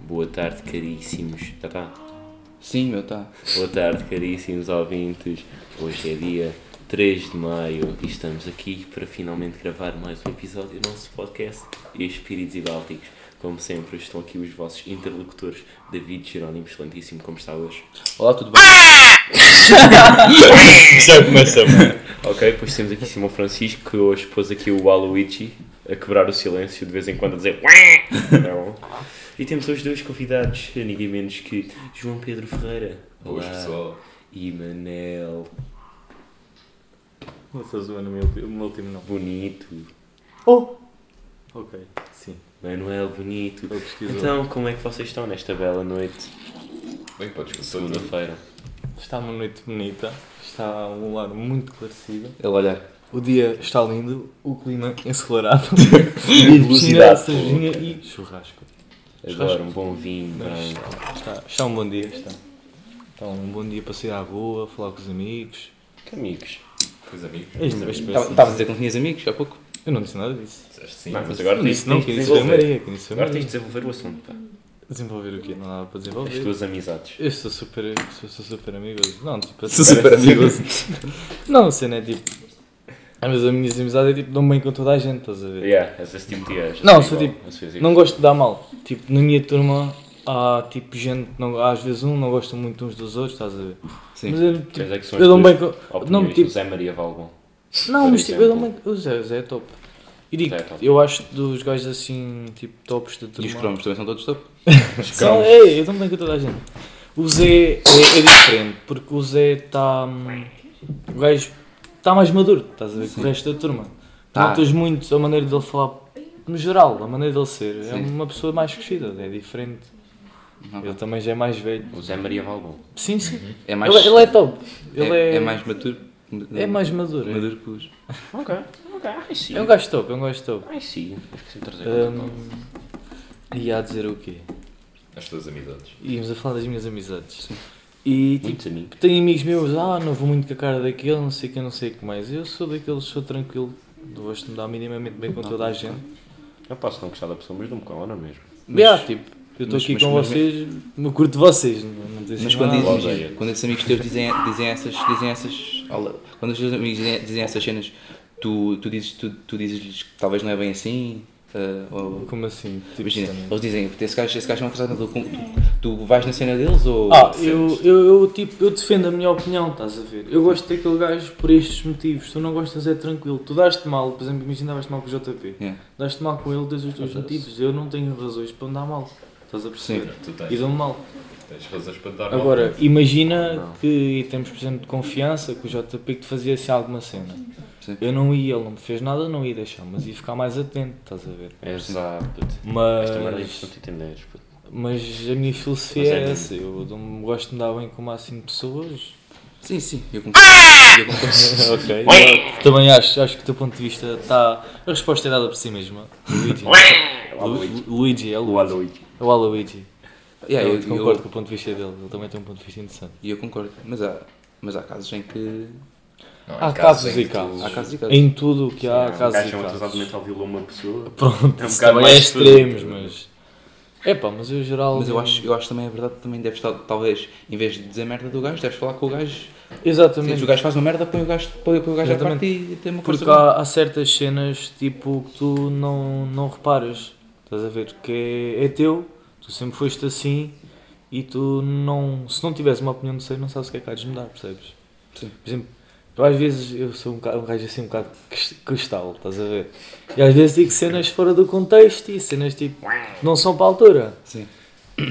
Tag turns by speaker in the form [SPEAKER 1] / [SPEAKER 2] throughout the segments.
[SPEAKER 1] Boa tarde, caríssimos. Já tá?
[SPEAKER 2] Sim, meu, tá.
[SPEAKER 1] Boa tarde, caríssimos ouvintes. Hoje é dia 3 de maio e estamos aqui para finalmente gravar mais um episódio do nosso podcast Espíritos e Bálticos. Como sempre, estão aqui os vossos interlocutores, David Jerónimo, excelentíssimo, como está hoje?
[SPEAKER 2] Olá, tudo bem?
[SPEAKER 3] Já começamos.
[SPEAKER 1] Ok, depois temos aqui Simão Francisco, que hoje pôs aqui o Waluigi a quebrar o silêncio de vez em quando a dizer "Ué!" Não. E temos hoje dois convidados, ninguém menos que João Pedro Ferreira.
[SPEAKER 3] Boas,
[SPEAKER 1] Olá.
[SPEAKER 3] pessoal.
[SPEAKER 1] E Manel,
[SPEAKER 4] Você zoa no meu, o meu último nome.
[SPEAKER 1] bonito.
[SPEAKER 4] Ok, sim.
[SPEAKER 1] Manuel, bonito.
[SPEAKER 4] Ele pesquisou.
[SPEAKER 1] Então, como é que vocês estão nesta bela noite?
[SPEAKER 3] Bem, podes começar tudo.
[SPEAKER 1] Segunda-feira.
[SPEAKER 4] Está uma noite bonita, está um lar muito esclarecido.
[SPEAKER 2] Ele olhar.
[SPEAKER 4] O dia está lindo, o clima ensolarado. Piscina,
[SPEAKER 1] Velocidade.
[SPEAKER 4] cervejinha e churrasco.
[SPEAKER 1] Adoro um bom vinho. branco.
[SPEAKER 4] Está, está um bom dia, está. Está um bom dia para sair à rua, falar com os amigos.
[SPEAKER 1] Que amigos.
[SPEAKER 3] Com os amigos.
[SPEAKER 4] Esta vez parece-
[SPEAKER 2] Estavas a dizer que não tinhas amigos há pouco?
[SPEAKER 4] Eu não disse nada disso.
[SPEAKER 3] Disseste sim.
[SPEAKER 1] Não, mas agora
[SPEAKER 4] não
[SPEAKER 1] tens,
[SPEAKER 4] disse não,
[SPEAKER 1] tens de
[SPEAKER 4] quem disse foi a
[SPEAKER 1] desenvolver.
[SPEAKER 4] Maria, quem disse foi a
[SPEAKER 1] Agora tens
[SPEAKER 4] Maria.
[SPEAKER 1] de desenvolver o assunto. Pá.
[SPEAKER 4] Desenvolver o quê? Não dá para
[SPEAKER 1] As
[SPEAKER 4] desenvolver.
[SPEAKER 1] tuas amizades.
[SPEAKER 4] Eu sou super, sou, sou super amigo. Não, tipo,
[SPEAKER 2] Sou super amigo.
[SPEAKER 4] Não, a cena é tipo. Mas as minhas amizades é tipo, dão bem com toda a gente, estás a ver?
[SPEAKER 1] Yeah, és esse tipo de gajo.
[SPEAKER 4] Não,
[SPEAKER 1] És
[SPEAKER 4] sou
[SPEAKER 1] igual
[SPEAKER 4] tipo-
[SPEAKER 1] às vezes.
[SPEAKER 4] Não gosto de dar mal. Tipo, na minha turma há tipo gente, não, há às vezes um não gosta muito uns dos outros, estás a ver?
[SPEAKER 2] Sim.
[SPEAKER 4] Mas eu,
[SPEAKER 1] Tens é que
[SPEAKER 4] tipo,
[SPEAKER 1] são
[SPEAKER 4] eu dou
[SPEAKER 1] as
[SPEAKER 4] bem
[SPEAKER 1] tuas
[SPEAKER 4] com.
[SPEAKER 1] opiniões
[SPEAKER 4] Não,
[SPEAKER 1] do
[SPEAKER 4] tipo,
[SPEAKER 1] Zé Maria Valbon.
[SPEAKER 4] não
[SPEAKER 1] por
[SPEAKER 4] mas tipo, eu dou
[SPEAKER 1] exemplo.
[SPEAKER 4] bem com. O Zé, o Zé é top. E digo,
[SPEAKER 1] Zé é top.
[SPEAKER 4] eu acho dos gajos assim, tipo, tops da
[SPEAKER 2] E
[SPEAKER 4] turma.
[SPEAKER 2] os cromos também são todos top?
[SPEAKER 4] São, é, eu também com toda a gente. O Zé é, é diferente, porque o Zé está. hum, O gajo está mais maduro, estás a ver? Que o resto da turma.
[SPEAKER 2] Tá.
[SPEAKER 4] Notas muito a maneira dele falar, no geral, a maneira dele ser. É
[SPEAKER 2] Sim.
[SPEAKER 4] uma pessoa mais crescida, é diferente.
[SPEAKER 2] Ok.
[SPEAKER 4] Ele também já é mais velho.
[SPEAKER 1] O Zé Maria Valbon.
[SPEAKER 4] Sim, sim.
[SPEAKER 2] É mais...
[SPEAKER 4] Ele, ele é top. Ele é,
[SPEAKER 2] é mais maturo.
[SPEAKER 4] é mais maduro. é.
[SPEAKER 2] Maduro que os...
[SPEAKER 1] Ok, ok, ai sim.
[SPEAKER 4] É um gajo top, é um gajo top.
[SPEAKER 1] Ai sim. Esqueci de trazer
[SPEAKER 4] Hum, e há a dizer o quê?
[SPEAKER 3] As tuas amizades.
[SPEAKER 4] Íamos a falar das minhas amizades. E tipo,
[SPEAKER 1] Muitos amigos.
[SPEAKER 4] Tenho amigos meus, ah, não vou muito com a cara daquele, não sei o que, não sei o que mais. Eu sou daqueles, sou tranquilo, gosto-me dar minimamente bem com toda a gente.
[SPEAKER 1] Eu posso não gostar da pessoa, mas não me cola, não é mesmo?
[SPEAKER 4] Mas, yeah, tipo, eu estou
[SPEAKER 2] mas-
[SPEAKER 4] aqui
[SPEAKER 2] mas-
[SPEAKER 4] com
[SPEAKER 2] mas-
[SPEAKER 4] vocês, me curto vocês, não, não tenho
[SPEAKER 2] Mas
[SPEAKER 4] assim
[SPEAKER 2] quando,
[SPEAKER 4] nada.
[SPEAKER 2] dizes,
[SPEAKER 1] odeio.
[SPEAKER 2] imagina, quando esses amigos teus dizem, dizem essas. Dizem essas olha, quando os teus amigos dizem, dizem essas cenas, tu, tu dizes-lhes tu, tu dizes que talvez não é bem assim. ah, ou,
[SPEAKER 4] Como assim? Tipo,
[SPEAKER 2] imagina,
[SPEAKER 4] também.
[SPEAKER 2] eles dizem, esse gajo, esse gajo é uma coisa tu, tu vais na cena deles ou.
[SPEAKER 4] Ah, eu, eu, eu, tipo, eu defendo a minha opinião, estás a ver? Eu gosto daquele gajo por estes motivos, tu não gostas é tranquilo, tu dás-te mal, por exemplo, imagina dás-te mal com o JP,
[SPEAKER 2] Yeah.
[SPEAKER 4] dás-te mal com ele, tens os teus motivos, eu não tenho razões para me dar mal, estás a perceber?
[SPEAKER 3] Tu
[SPEAKER 4] E
[SPEAKER 3] tens,
[SPEAKER 4] dou-me mal.
[SPEAKER 3] tens razões para te dar
[SPEAKER 4] Agora,
[SPEAKER 3] mal.
[SPEAKER 4] imagina que temos, por exemplo, de confiança que o JP que te fazia assim alguma cena.
[SPEAKER 2] Sim.
[SPEAKER 4] Eu não ia, ele não me fez nada, não ia deixar, mas ia ficar mais atento, estás a ver?
[SPEAKER 1] Exato, puto. Esta merda
[SPEAKER 4] Mas,
[SPEAKER 1] isto não te entenderes, puto.
[SPEAKER 4] mas a minha
[SPEAKER 1] Mas
[SPEAKER 4] filosofia
[SPEAKER 1] é
[SPEAKER 4] é
[SPEAKER 1] mesmo.
[SPEAKER 4] essa, eu dou- gosto de me dar bem com o máximo de pessoas.
[SPEAKER 2] Sim, sim, eu concordo. Eu concordo.
[SPEAKER 4] ok. Também acho, acho que o teu ponto de vista está. A resposta é dada por si mesma. Luigi. Lu- Luigi, é
[SPEAKER 1] O
[SPEAKER 4] Luigi.
[SPEAKER 1] Aloysio.
[SPEAKER 4] É o Waluigi.
[SPEAKER 2] Yeah,
[SPEAKER 4] eu,
[SPEAKER 2] eu-
[SPEAKER 4] concordo
[SPEAKER 2] eu-
[SPEAKER 4] com o ponto de vista dele, ele também tem um ponto de vista interessante.
[SPEAKER 2] E eu concordo. Mas há, mas há casos em que.
[SPEAKER 3] Não,
[SPEAKER 4] Há
[SPEAKER 3] em
[SPEAKER 4] casos
[SPEAKER 3] em
[SPEAKER 4] e
[SPEAKER 3] que tu-
[SPEAKER 4] casos.
[SPEAKER 2] Há casos e casos.
[SPEAKER 4] Em tudo o que há,
[SPEAKER 1] Um
[SPEAKER 4] casos e
[SPEAKER 1] gajo é um atrasado
[SPEAKER 4] casos.
[SPEAKER 1] mental, violou uma pessoa.
[SPEAKER 4] Pronto,
[SPEAKER 1] É um
[SPEAKER 4] isso
[SPEAKER 1] bocado
[SPEAKER 4] também é
[SPEAKER 1] mais tudo.
[SPEAKER 4] extremos, mas. É pá, mas eu geral.
[SPEAKER 2] Mas eu acho, eu acho também é verdade, também deves tal- talvez, em vez de dizer merda do gajo, deves falar com o gajo.
[SPEAKER 4] Exatamente.
[SPEAKER 2] Se o gajo faz uma merda, põe o gajo, põe, põe o gajo à
[SPEAKER 4] Exatamente.
[SPEAKER 2] parte e tem uma
[SPEAKER 4] Porque
[SPEAKER 2] coisa.
[SPEAKER 4] há, há certas cenas tipo que tu não, não reparas. Estás a ver? Que é, é teu, tu sempre foste assim e tu não. Se não tiveres uma opinião de ser, não sabes o que é que há de mudar, percebes?
[SPEAKER 2] Sim.
[SPEAKER 4] Por exemplo, eu às vezes eu sou um, bocado, um gajo assim um bocado crist- cristal, estás a ver? E às vezes digo cenas fora do contexto e cenas tipo. não são para a altura.
[SPEAKER 2] Sim.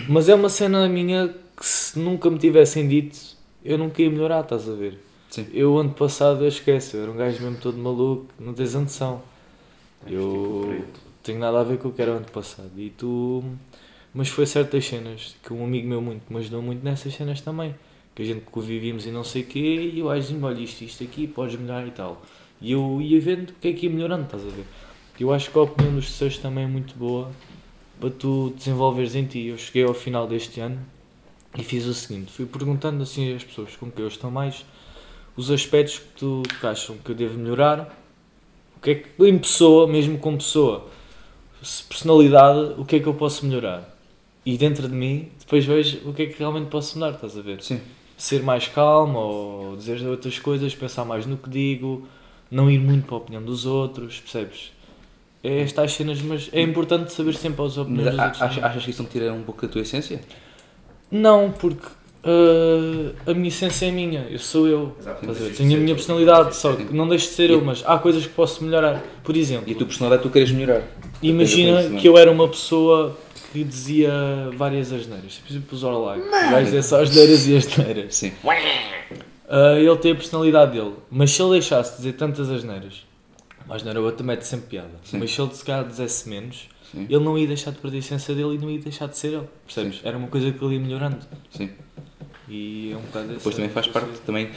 [SPEAKER 4] Mas é uma cena minha que se nunca me tivessem dito, eu nunca ia melhorar, estás a ver?
[SPEAKER 2] Sim.
[SPEAKER 4] Eu ano passado eu esqueço, eu era um gajo mesmo todo maluco, não tens a noção. Eu tenho nada a ver com o que era o ano passado. E tu. Mas foi certas cenas que um amigo meu muito me ajudou muito nessas cenas também. Que a gente convivíamos e não sei o quê, e eu acho me olha isto, isto aqui, podes melhorar e tal. E eu ia vendo o que é que ia melhorando, estás a ver? Eu acho que a opinião dos terceiros também é muito boa para tu desenvolveres em ti. Eu cheguei ao final deste ano e fiz o seguinte: fui perguntando assim às pessoas com que eu estou mais os aspectos que tu que acham que eu devo melhorar, o que é que, em pessoa, mesmo com pessoa, se personalidade, o que é que eu posso melhorar. e dentro de mim depois vejo o que é que realmente posso mudar, estás a ver?
[SPEAKER 2] Sim.
[SPEAKER 4] Ser mais calmo ou dizer outras coisas, pensar mais no que digo, não ir muito para a opinião dos outros, percebes? É estas as cenas, mas é importante saber sempre as opiniões
[SPEAKER 2] Mas
[SPEAKER 4] dos
[SPEAKER 2] a-
[SPEAKER 4] outros.
[SPEAKER 2] achas,
[SPEAKER 4] também.
[SPEAKER 2] achas que isso não tira um pouco da tua essência?
[SPEAKER 4] Não, porque ah, a minha essência é minha, eu sou eu.
[SPEAKER 3] Exato.
[SPEAKER 4] Estás a ver?
[SPEAKER 3] Deixa de
[SPEAKER 4] Tenho a
[SPEAKER 3] ser
[SPEAKER 4] minha
[SPEAKER 3] tu.
[SPEAKER 4] personalidade, só que não deixo de ser
[SPEAKER 2] E-
[SPEAKER 4] eu, mas há coisas que posso melhorar. Por exemplo,
[SPEAKER 2] E a tua personalidade tu é? queres melhorar? Tens a
[SPEAKER 4] Imagina
[SPEAKER 2] tua
[SPEAKER 4] que eu era uma pessoa que dizia várias asneiras, por exemplo, o Zorlag. O gajo dizia só asneiras e asneiras.
[SPEAKER 2] Sim.
[SPEAKER 4] Ah, ele tem a personalidade dele, mas se ele deixasse de dizer tantas asneiras, a asneira outra mete sempre piada,
[SPEAKER 2] Sim.
[SPEAKER 4] mas se ele se calhar dissesse menos,
[SPEAKER 2] Sim.
[SPEAKER 4] ele não ia deixar de perder a essência dele e não ia deixar de ser ele, percebes? Era uma coisa que ele ia melhorando.
[SPEAKER 2] Sim.
[SPEAKER 4] E é um bocado essa-
[SPEAKER 2] Depois também faz parte também.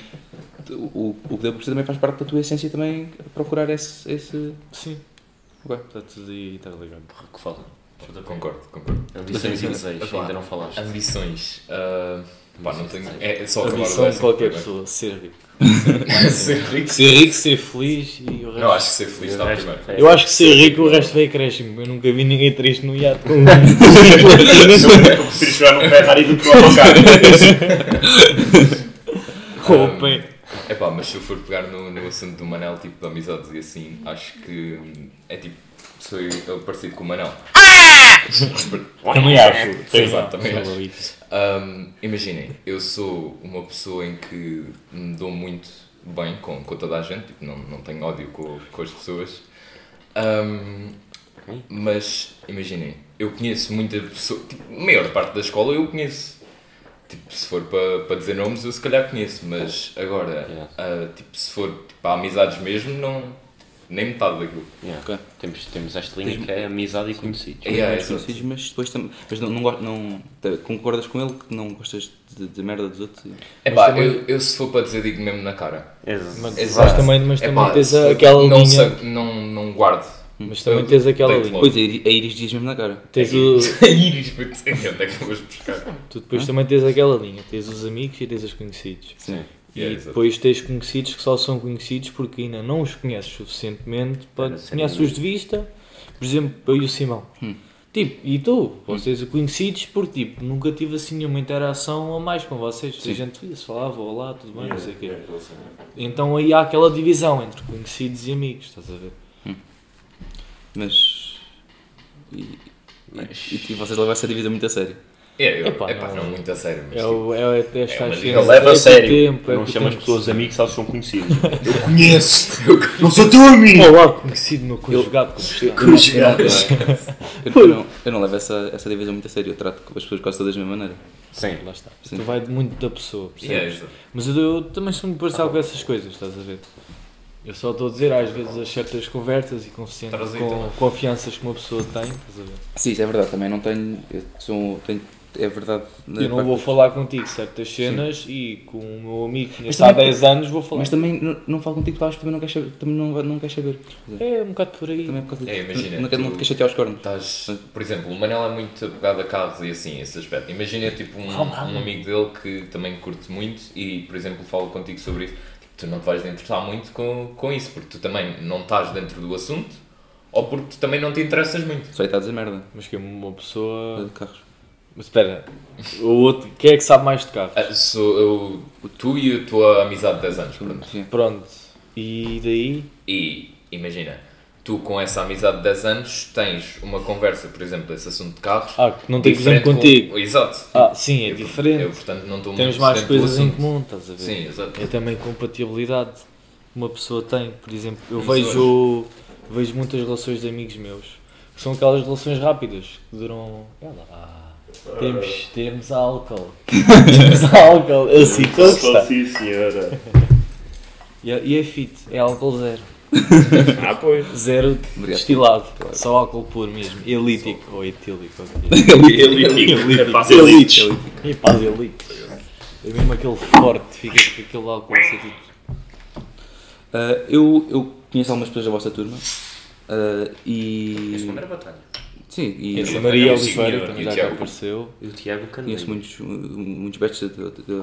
[SPEAKER 2] O, o o que deu por si também faz parte da tua essência também procurar esse. esse...
[SPEAKER 4] Sim.
[SPEAKER 2] Ok.
[SPEAKER 4] Está tudo aí interligado.
[SPEAKER 1] Porra, que fala.
[SPEAKER 3] Concordo, concordo.
[SPEAKER 1] Ambições e
[SPEAKER 2] Sim.
[SPEAKER 1] desejos,
[SPEAKER 3] Epá.
[SPEAKER 1] ainda não falaste.
[SPEAKER 3] Ambições. ah, pá, não tenho. É, é só
[SPEAKER 4] A
[SPEAKER 3] acabar
[SPEAKER 4] missão de
[SPEAKER 3] essa
[SPEAKER 4] qualquer
[SPEAKER 3] primeiro.
[SPEAKER 4] pessoa, ser rico.
[SPEAKER 3] Ser rico.
[SPEAKER 4] Ser rico, ser feliz e o resto.
[SPEAKER 3] Não, acho que ser feliz
[SPEAKER 1] E o
[SPEAKER 3] está
[SPEAKER 1] resto-
[SPEAKER 3] primeiro.
[SPEAKER 1] é.
[SPEAKER 4] Eu acho que ser rico o resto veio crescimo. Eu nunca vi ninguém triste no iate com
[SPEAKER 5] Eu prefiro chorar num Ferrari do que numa Ferrari.
[SPEAKER 3] Ah,
[SPEAKER 4] Open.
[SPEAKER 3] É pá, mas se eu for pegar no, no assunto do Manel, tipo de amizades e assim, acho que hum, é tipo, sou eu, eu parecido com o Manel.
[SPEAKER 5] Também acho.
[SPEAKER 3] Exato, também acho. Hum, Imaginem, eu sou uma pessoa em que me dou muito bem com, com toda a gente, tipo, não, não tenho ódio com, com as pessoas. Hum, mas imaginem, eu conheço muita pessoa, tipo, a maior parte da escola eu conheço. Tipo, se for para para dizer nomes, eu se calhar conheço, mas agora,
[SPEAKER 1] Yeah.
[SPEAKER 3] ah, tipo, se for para amizades mesmo, não, nem metade daquilo.
[SPEAKER 1] Yeah.
[SPEAKER 2] Ok. É.
[SPEAKER 1] Temos, temos esta linha que é amizade e conhecidos.
[SPEAKER 3] Yeah,
[SPEAKER 2] mais
[SPEAKER 3] exato.
[SPEAKER 2] conhecidos, mas depois também. Mas não, não, go- não te- concordas com ele que não gostas de, de merda dos outros? e-
[SPEAKER 3] É pá, eu, eu se for para dizer, digo mesmo na cara.
[SPEAKER 1] Exato.
[SPEAKER 4] Mas vais também, mas
[SPEAKER 3] É
[SPEAKER 4] também
[SPEAKER 3] pá,
[SPEAKER 4] tens
[SPEAKER 3] se-
[SPEAKER 4] aquela
[SPEAKER 3] não,
[SPEAKER 4] linha.
[SPEAKER 3] sei- não, não guardo.
[SPEAKER 4] Mas também tens aquela
[SPEAKER 3] Deito
[SPEAKER 4] linha.
[SPEAKER 3] Hum. logo.
[SPEAKER 2] Pois, a Iris, a Iris diz mesmo na cara.
[SPEAKER 4] Tens o,
[SPEAKER 3] Íris, putz, onde é que eu vou buscar?
[SPEAKER 4] tu depois também tens aquela linha. Tens os amigos e tens os conhecidos.
[SPEAKER 2] Sim.
[SPEAKER 4] E
[SPEAKER 3] Yeah, exato.
[SPEAKER 4] depois tens conhecidos que só são conhecidos porque ainda não os conheces suficientemente para
[SPEAKER 1] Para serem
[SPEAKER 4] conheces-os de vista, por exemplo, eu e o Simão. Tipo, e tu, vocês o conhecidos porque tipo, nunca tive assim nenhuma interação a mais com vocês. A gente via, se falava, olá, tudo bem, não sei o quê. Então aí há aquela divisão entre conhecidos e amigos, estás a ver?
[SPEAKER 2] Mas. E, e, e vocês levam essa divisa muito a sério.
[SPEAKER 3] É, eu,
[SPEAKER 4] Epá,
[SPEAKER 3] epá,
[SPEAKER 4] não.
[SPEAKER 3] não, muito a sério, mas
[SPEAKER 4] É,
[SPEAKER 3] tipo,
[SPEAKER 4] o, é, é estas
[SPEAKER 3] mas
[SPEAKER 4] cenas,
[SPEAKER 3] ele
[SPEAKER 4] é
[SPEAKER 5] leva a
[SPEAKER 4] com o
[SPEAKER 5] sério.
[SPEAKER 4] tempo, é
[SPEAKER 5] Não
[SPEAKER 4] com o
[SPEAKER 5] chamas
[SPEAKER 4] tempo.
[SPEAKER 5] pessoas amigos, só são conhecidos.
[SPEAKER 3] conheço! Eu
[SPEAKER 5] Não sou teu amigo!
[SPEAKER 4] Olá, conhecido no conjugado, como está?
[SPEAKER 2] Eu, eu não, eu não levo essa, essa divisão muito a sério. Eu trato as pessoas quase todas da mesma maneira.
[SPEAKER 1] Sim.
[SPEAKER 4] Lá está.
[SPEAKER 2] Sim.
[SPEAKER 4] Tu vai muito da pessoa, percebes?
[SPEAKER 3] yeah, exato.
[SPEAKER 4] Mas eu, eu também sou muito parcial com essas coisas, estás a ver? Eu só estou a dizer às vezes as certas conversas e confian-
[SPEAKER 3] Traz aí,
[SPEAKER 4] com,
[SPEAKER 3] traz.
[SPEAKER 4] confianças que uma pessoa tem, estás a ver?
[SPEAKER 2] Sim, isso é verdade. Também não tenho. Eu sou, tenho é verdade. na
[SPEAKER 4] Eu não
[SPEAKER 2] parte-
[SPEAKER 4] vou falar contigo certas cenas e com o meu amigo que
[SPEAKER 2] Mas
[SPEAKER 4] conheço há
[SPEAKER 2] também-
[SPEAKER 4] 10 anos vou falar.
[SPEAKER 2] Mas também não, não falo contigo, acho que também não queres saber. Também não, não queres saber.
[SPEAKER 4] É um bocado por aí.
[SPEAKER 2] Também é tá. por causa
[SPEAKER 3] É, imagina,
[SPEAKER 2] Não, quero- não
[SPEAKER 3] tu-
[SPEAKER 2] te queres chatear os cornos.
[SPEAKER 3] Estás, por exemplo, o Manel é muito apegado a carros e assim, esse aspecto. Imagina tipo um, um amigo dele que também curte muito e, por exemplo, fala contigo sobre isso. Tipo, Tu não te vais interessar muito com, com isso, porque tu também não estás dentro do assunto ou porque tu também não te interessas muito.
[SPEAKER 2] Só aí está a dizer merda.
[SPEAKER 4] Mas que é uma pessoa.
[SPEAKER 2] De carros.
[SPEAKER 4] Mas espera, o outro, quem é que sabe mais de carro?
[SPEAKER 3] Ah, sou eu, tu e a tua amizade de 10 anos, pronto.
[SPEAKER 2] Sim.
[SPEAKER 4] Pronto, e daí?
[SPEAKER 3] E imagina, tu com essa amizade de 10 anos tens uma conversa, por exemplo, desse assunto de carros.
[SPEAKER 4] Ah, que não tem que ver
[SPEAKER 3] diferente com-
[SPEAKER 4] contigo.
[SPEAKER 3] Exato.
[SPEAKER 4] Ah, sim, é
[SPEAKER 3] Eu,
[SPEAKER 4] diferente.
[SPEAKER 3] Eu, portanto, não estou
[SPEAKER 4] Temos
[SPEAKER 3] muito
[SPEAKER 4] mais
[SPEAKER 3] dentro do
[SPEAKER 4] coisas em
[SPEAKER 3] assunto.
[SPEAKER 4] comum, estás a ver?
[SPEAKER 3] Sim, exato.
[SPEAKER 4] é também compatibilidade que uma pessoa tem. Por exemplo, eu
[SPEAKER 3] Mas
[SPEAKER 4] vejo, vejo muitas relações de amigos meus que são aquelas relações rápidas que duram. Olha lá, temos, temos álcool. temos álcool, é assim, eu sinto
[SPEAKER 5] Sou, sou,
[SPEAKER 4] está.
[SPEAKER 5] Sim, senhora.
[SPEAKER 4] E é, e é fit, é álcool zero.
[SPEAKER 5] Ah, pois.
[SPEAKER 4] Zero
[SPEAKER 2] Obrigado.
[SPEAKER 4] destilado, só álcool puro mesmo, elítico ou etílico. ok.
[SPEAKER 5] Elítico. É fácil elítico.
[SPEAKER 4] E pá, elítico. É mesmo aquele forte, fica com aquele álcool assim, tipo,
[SPEAKER 2] Ah, eu, eu conheço algumas pessoas da vossa turma. ah, e.
[SPEAKER 3] batalha.
[SPEAKER 2] Sim, e
[SPEAKER 4] Esse
[SPEAKER 3] Sim.
[SPEAKER 4] Maria
[SPEAKER 3] E o
[SPEAKER 4] Oliveira
[SPEAKER 3] senhor,
[SPEAKER 4] também
[SPEAKER 3] e o
[SPEAKER 4] já cá
[SPEAKER 3] Tiago.
[SPEAKER 4] apareceu.
[SPEAKER 1] E o Tiago Candeia.
[SPEAKER 2] conheço muitos, muitos bets de, de,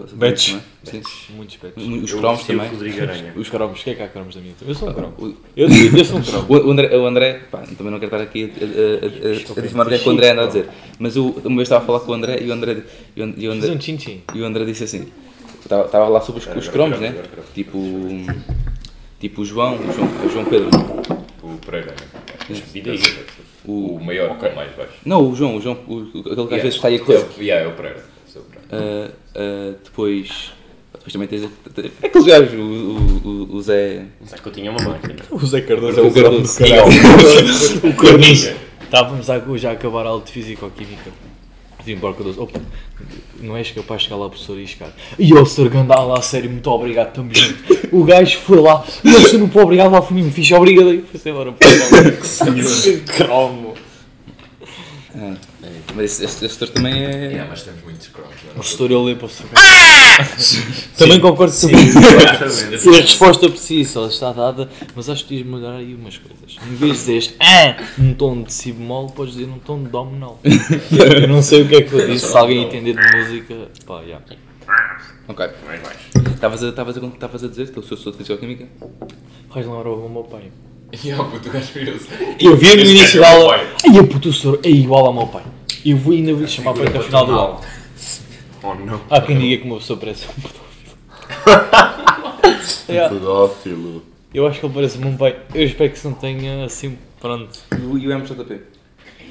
[SPEAKER 2] de,
[SPEAKER 4] Bets.
[SPEAKER 2] não é? Sim.
[SPEAKER 4] Muitos betos.
[SPEAKER 2] Os
[SPEAKER 5] Eu
[SPEAKER 2] cromos
[SPEAKER 5] gostei do
[SPEAKER 2] também.
[SPEAKER 5] Rodrigo Aranha.
[SPEAKER 4] Os cromos, o que é que há cromos da minha vida? Eu sou um cromo.
[SPEAKER 2] O-
[SPEAKER 4] Eu, digo, eu sou um cromo.
[SPEAKER 2] O o André, o André pá, também não quero estar aqui a- a- a- a- a dizimar o que é que o André anda a dizer, mas eu uma vez estava a falar com o André e o André, e o- e o
[SPEAKER 4] Fiz
[SPEAKER 2] André,
[SPEAKER 4] um chin-chin.
[SPEAKER 2] e o André disse assim: estava estava a falar sobre os, os cromos, né? Tipo, tipo o João, o João, o João Pedro,
[SPEAKER 4] É.
[SPEAKER 3] O Pereira, né?
[SPEAKER 5] E daí?
[SPEAKER 2] o,
[SPEAKER 3] O maior, o mais baixo.
[SPEAKER 2] não, o João, o João, o- o- aquele que às
[SPEAKER 3] Yeah.
[SPEAKER 2] vezes está aí a correr.
[SPEAKER 3] Yeah, é o Pereira. Sou o
[SPEAKER 2] Ah,
[SPEAKER 3] Pereira.
[SPEAKER 2] ah, depois, depois também tens a- aqueles gajos, o, o, o Zé,
[SPEAKER 5] Mas é que eu tinha uma máquina.
[SPEAKER 4] O Zé Cardoso é o cromo do
[SPEAKER 2] Cardoso.
[SPEAKER 4] caralho.
[SPEAKER 5] O Corniche.
[SPEAKER 4] Estávamos a, já a acabar a aula de Físico-Química. Vim para o Cardoso. um Opa, não és capaz de chegar lá, professor, e chegar. E o Sr. Gandala, a sério, muito obrigado, estamos juntos. O gajo foi lá. E eu, se não for obrigado, lá fui me fiz, obrigado. E foi-se embora. pô. Cromo.
[SPEAKER 2] Ah, mas esse, esse, esse setor também é...
[SPEAKER 3] Yeah, mas temos muitos cromos. é?
[SPEAKER 4] O professor, eu leio para o Sr. Gandala. Também concordo com isso.
[SPEAKER 5] Exatamente.
[SPEAKER 4] Se a resposta é precisa ela está dada, mas acho que tens de melhorar aí umas coisas. Em vez de dizeres ah, num tom de si bemol, podes dizer num tom de dó menor. Eu não sei o que é que eu disse, se alguém entender de música, pá, já.
[SPEAKER 2] Ok.
[SPEAKER 3] é
[SPEAKER 5] Mais baixo.
[SPEAKER 2] Estavas a, estavas a, estavas a dizer que eu sou de fisicoquímica?
[SPEAKER 4] Vais lembrar o meu pai.
[SPEAKER 3] E yeah, puto, o gajo curioso.
[SPEAKER 4] Eu vi no início da
[SPEAKER 5] é o meu
[SPEAKER 4] aula, ai, o professor é igual ao meu pai. Eu vou ainda vou lhe chamar para ir até o final do aula.
[SPEAKER 5] Oh não.
[SPEAKER 4] Há quem diga que uma pessoa parece um pedófilo. Já.
[SPEAKER 5] Pedófilo.
[SPEAKER 4] Eu acho que ele parece-me um pai. Eu espero que se não tenha assim, pronto.
[SPEAKER 2] E o e o MJP?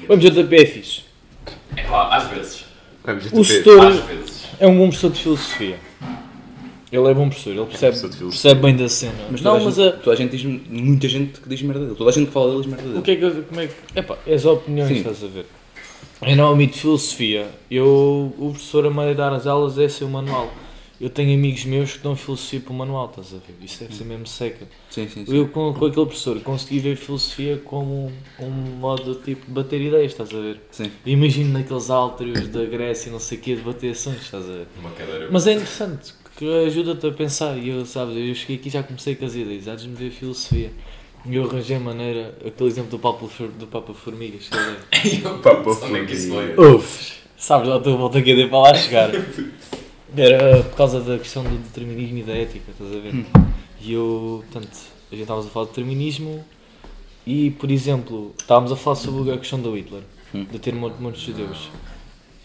[SPEAKER 4] O MJP é fixe.
[SPEAKER 3] É pá, às vezes.
[SPEAKER 4] O setor.
[SPEAKER 3] Às vezes.
[SPEAKER 4] É um bom professor de filosofia. Ele é bom professor, ele percebe,
[SPEAKER 5] professor de filosofia.
[SPEAKER 4] percebe bem da cena. Mas não,
[SPEAKER 2] toda
[SPEAKER 4] mas
[SPEAKER 2] a...
[SPEAKER 4] a,
[SPEAKER 2] gente- Toda a gente diz... Muita gente que diz merda dele. Toda a gente que fala dele diz merda dele.
[SPEAKER 4] o que é que eu- como é que. Epá, é as opiniões,
[SPEAKER 2] Sim.
[SPEAKER 4] estás a ver? Eu não omito filosofia. Eu, o professor a meio dar as aulas é ser o manual. Eu tenho amigos meus que dão filosofia para o manual, estás a ver? Isso deve ser mesmo seca.
[SPEAKER 2] Sim, sim, sim.
[SPEAKER 4] Eu com, com aquele professor consegui ver filosofia como um modo tipo de bater ideias, estás a ver?
[SPEAKER 2] Sim.
[SPEAKER 4] Imagino naqueles áureos da Grécia e não sei o quê de bater assuntos, estás a ver?
[SPEAKER 3] Uma cadeira.
[SPEAKER 4] Mas é interessante, que ajuda-te a pensar. E eu, sabes, eu cheguei aqui e já comecei com as ideias, já desmedi a filosofia. E eu arranjei a maneira, aquele exemplo do Papa, Fo- do Papa Formigas, estás a ver?
[SPEAKER 3] Pá, pá, onde é que isso foi?
[SPEAKER 4] Ouves, sabes, já estou a volta aqui a dar para lá chegar. Era por causa da questão do determinismo e da ética, estás a ver? E eu, portanto, a gente estávamos a falar de determinismo e, por exemplo, estávamos a falar sobre a questão do Hitler, de ter um monte monte de judeus.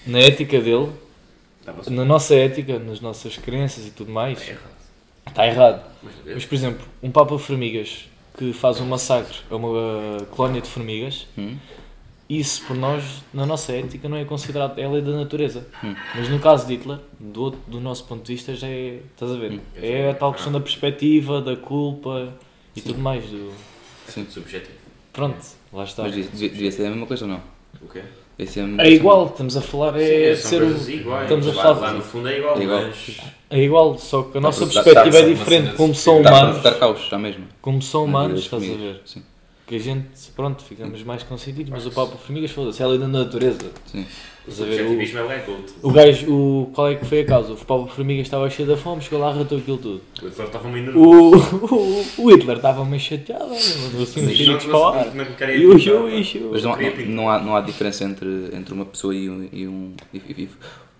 [SPEAKER 4] Na ética dele, na nossa ética, nas nossas crenças e tudo mais, está errado.
[SPEAKER 5] é
[SPEAKER 4] Mas, por exemplo, um Papa Formigas que faz um massacre a uma uh, colónia de formigas, isso por nós, na nossa ética, não é considerado, é a lei da natureza.
[SPEAKER 2] Hum.
[SPEAKER 4] Mas no caso de Hitler, do, outro- do nosso ponto de vista, já é, estás a ver?
[SPEAKER 2] Hum.
[SPEAKER 4] É a tal questão da perspectiva, da culpa e tudo mais. Do...
[SPEAKER 5] Subjetivo.
[SPEAKER 4] Pronto, lá está.
[SPEAKER 2] Mas devia- devia, devia ser a mesma coisa ou não?
[SPEAKER 5] O quê?
[SPEAKER 2] Devia ser a mesma
[SPEAKER 4] É
[SPEAKER 2] coisa,
[SPEAKER 4] igual, estamos a falar é,
[SPEAKER 5] são
[SPEAKER 4] ser um-
[SPEAKER 2] assim.
[SPEAKER 5] coisas iguais.
[SPEAKER 4] estamos a
[SPEAKER 5] Lá-
[SPEAKER 4] falar-
[SPEAKER 5] Lá no fundo é igual,
[SPEAKER 2] É igual.
[SPEAKER 5] mas...
[SPEAKER 4] é igual, só que a nossa
[SPEAKER 2] tá- tá-
[SPEAKER 4] perspectiva
[SPEAKER 3] tá-
[SPEAKER 4] é
[SPEAKER 3] uma
[SPEAKER 4] diferente
[SPEAKER 3] cena
[SPEAKER 4] como
[SPEAKER 3] de-
[SPEAKER 4] são
[SPEAKER 2] não? assim. Dá para
[SPEAKER 4] humanos.
[SPEAKER 2] votar caos, já mesmo.
[SPEAKER 4] Como são
[SPEAKER 2] Na
[SPEAKER 4] humanos, estás
[SPEAKER 2] vida
[SPEAKER 4] a
[SPEAKER 2] das
[SPEAKER 4] ver?
[SPEAKER 2] Sim.
[SPEAKER 4] Que a gente, pronto, ficamos mais consentidos, mas o Papa Formigas foda-se, é a lei da natureza.
[SPEAKER 2] Sim.
[SPEAKER 5] O
[SPEAKER 4] Estás a ver? O-
[SPEAKER 5] subjetivismo é black gold.
[SPEAKER 4] O gajo, o, qual é que foi a causa? O Papa Formiga estava cheio da fome, chegou lá, ratou aquilo tudo.
[SPEAKER 5] O Hitler estava meio nervoso.
[SPEAKER 4] O, o, o Hitler estava meio chateado, olha, mandou assim um tiro de falar.
[SPEAKER 3] é
[SPEAKER 5] Não queria
[SPEAKER 4] E o
[SPEAKER 5] pintar,
[SPEAKER 4] Iu,
[SPEAKER 5] pá.
[SPEAKER 4] Iu,
[SPEAKER 2] Mas não, há-
[SPEAKER 5] queria
[SPEAKER 2] não,
[SPEAKER 5] pintar.
[SPEAKER 2] não há, não há diferença entre, entre uma pessoa e um... E, um, e, e, e-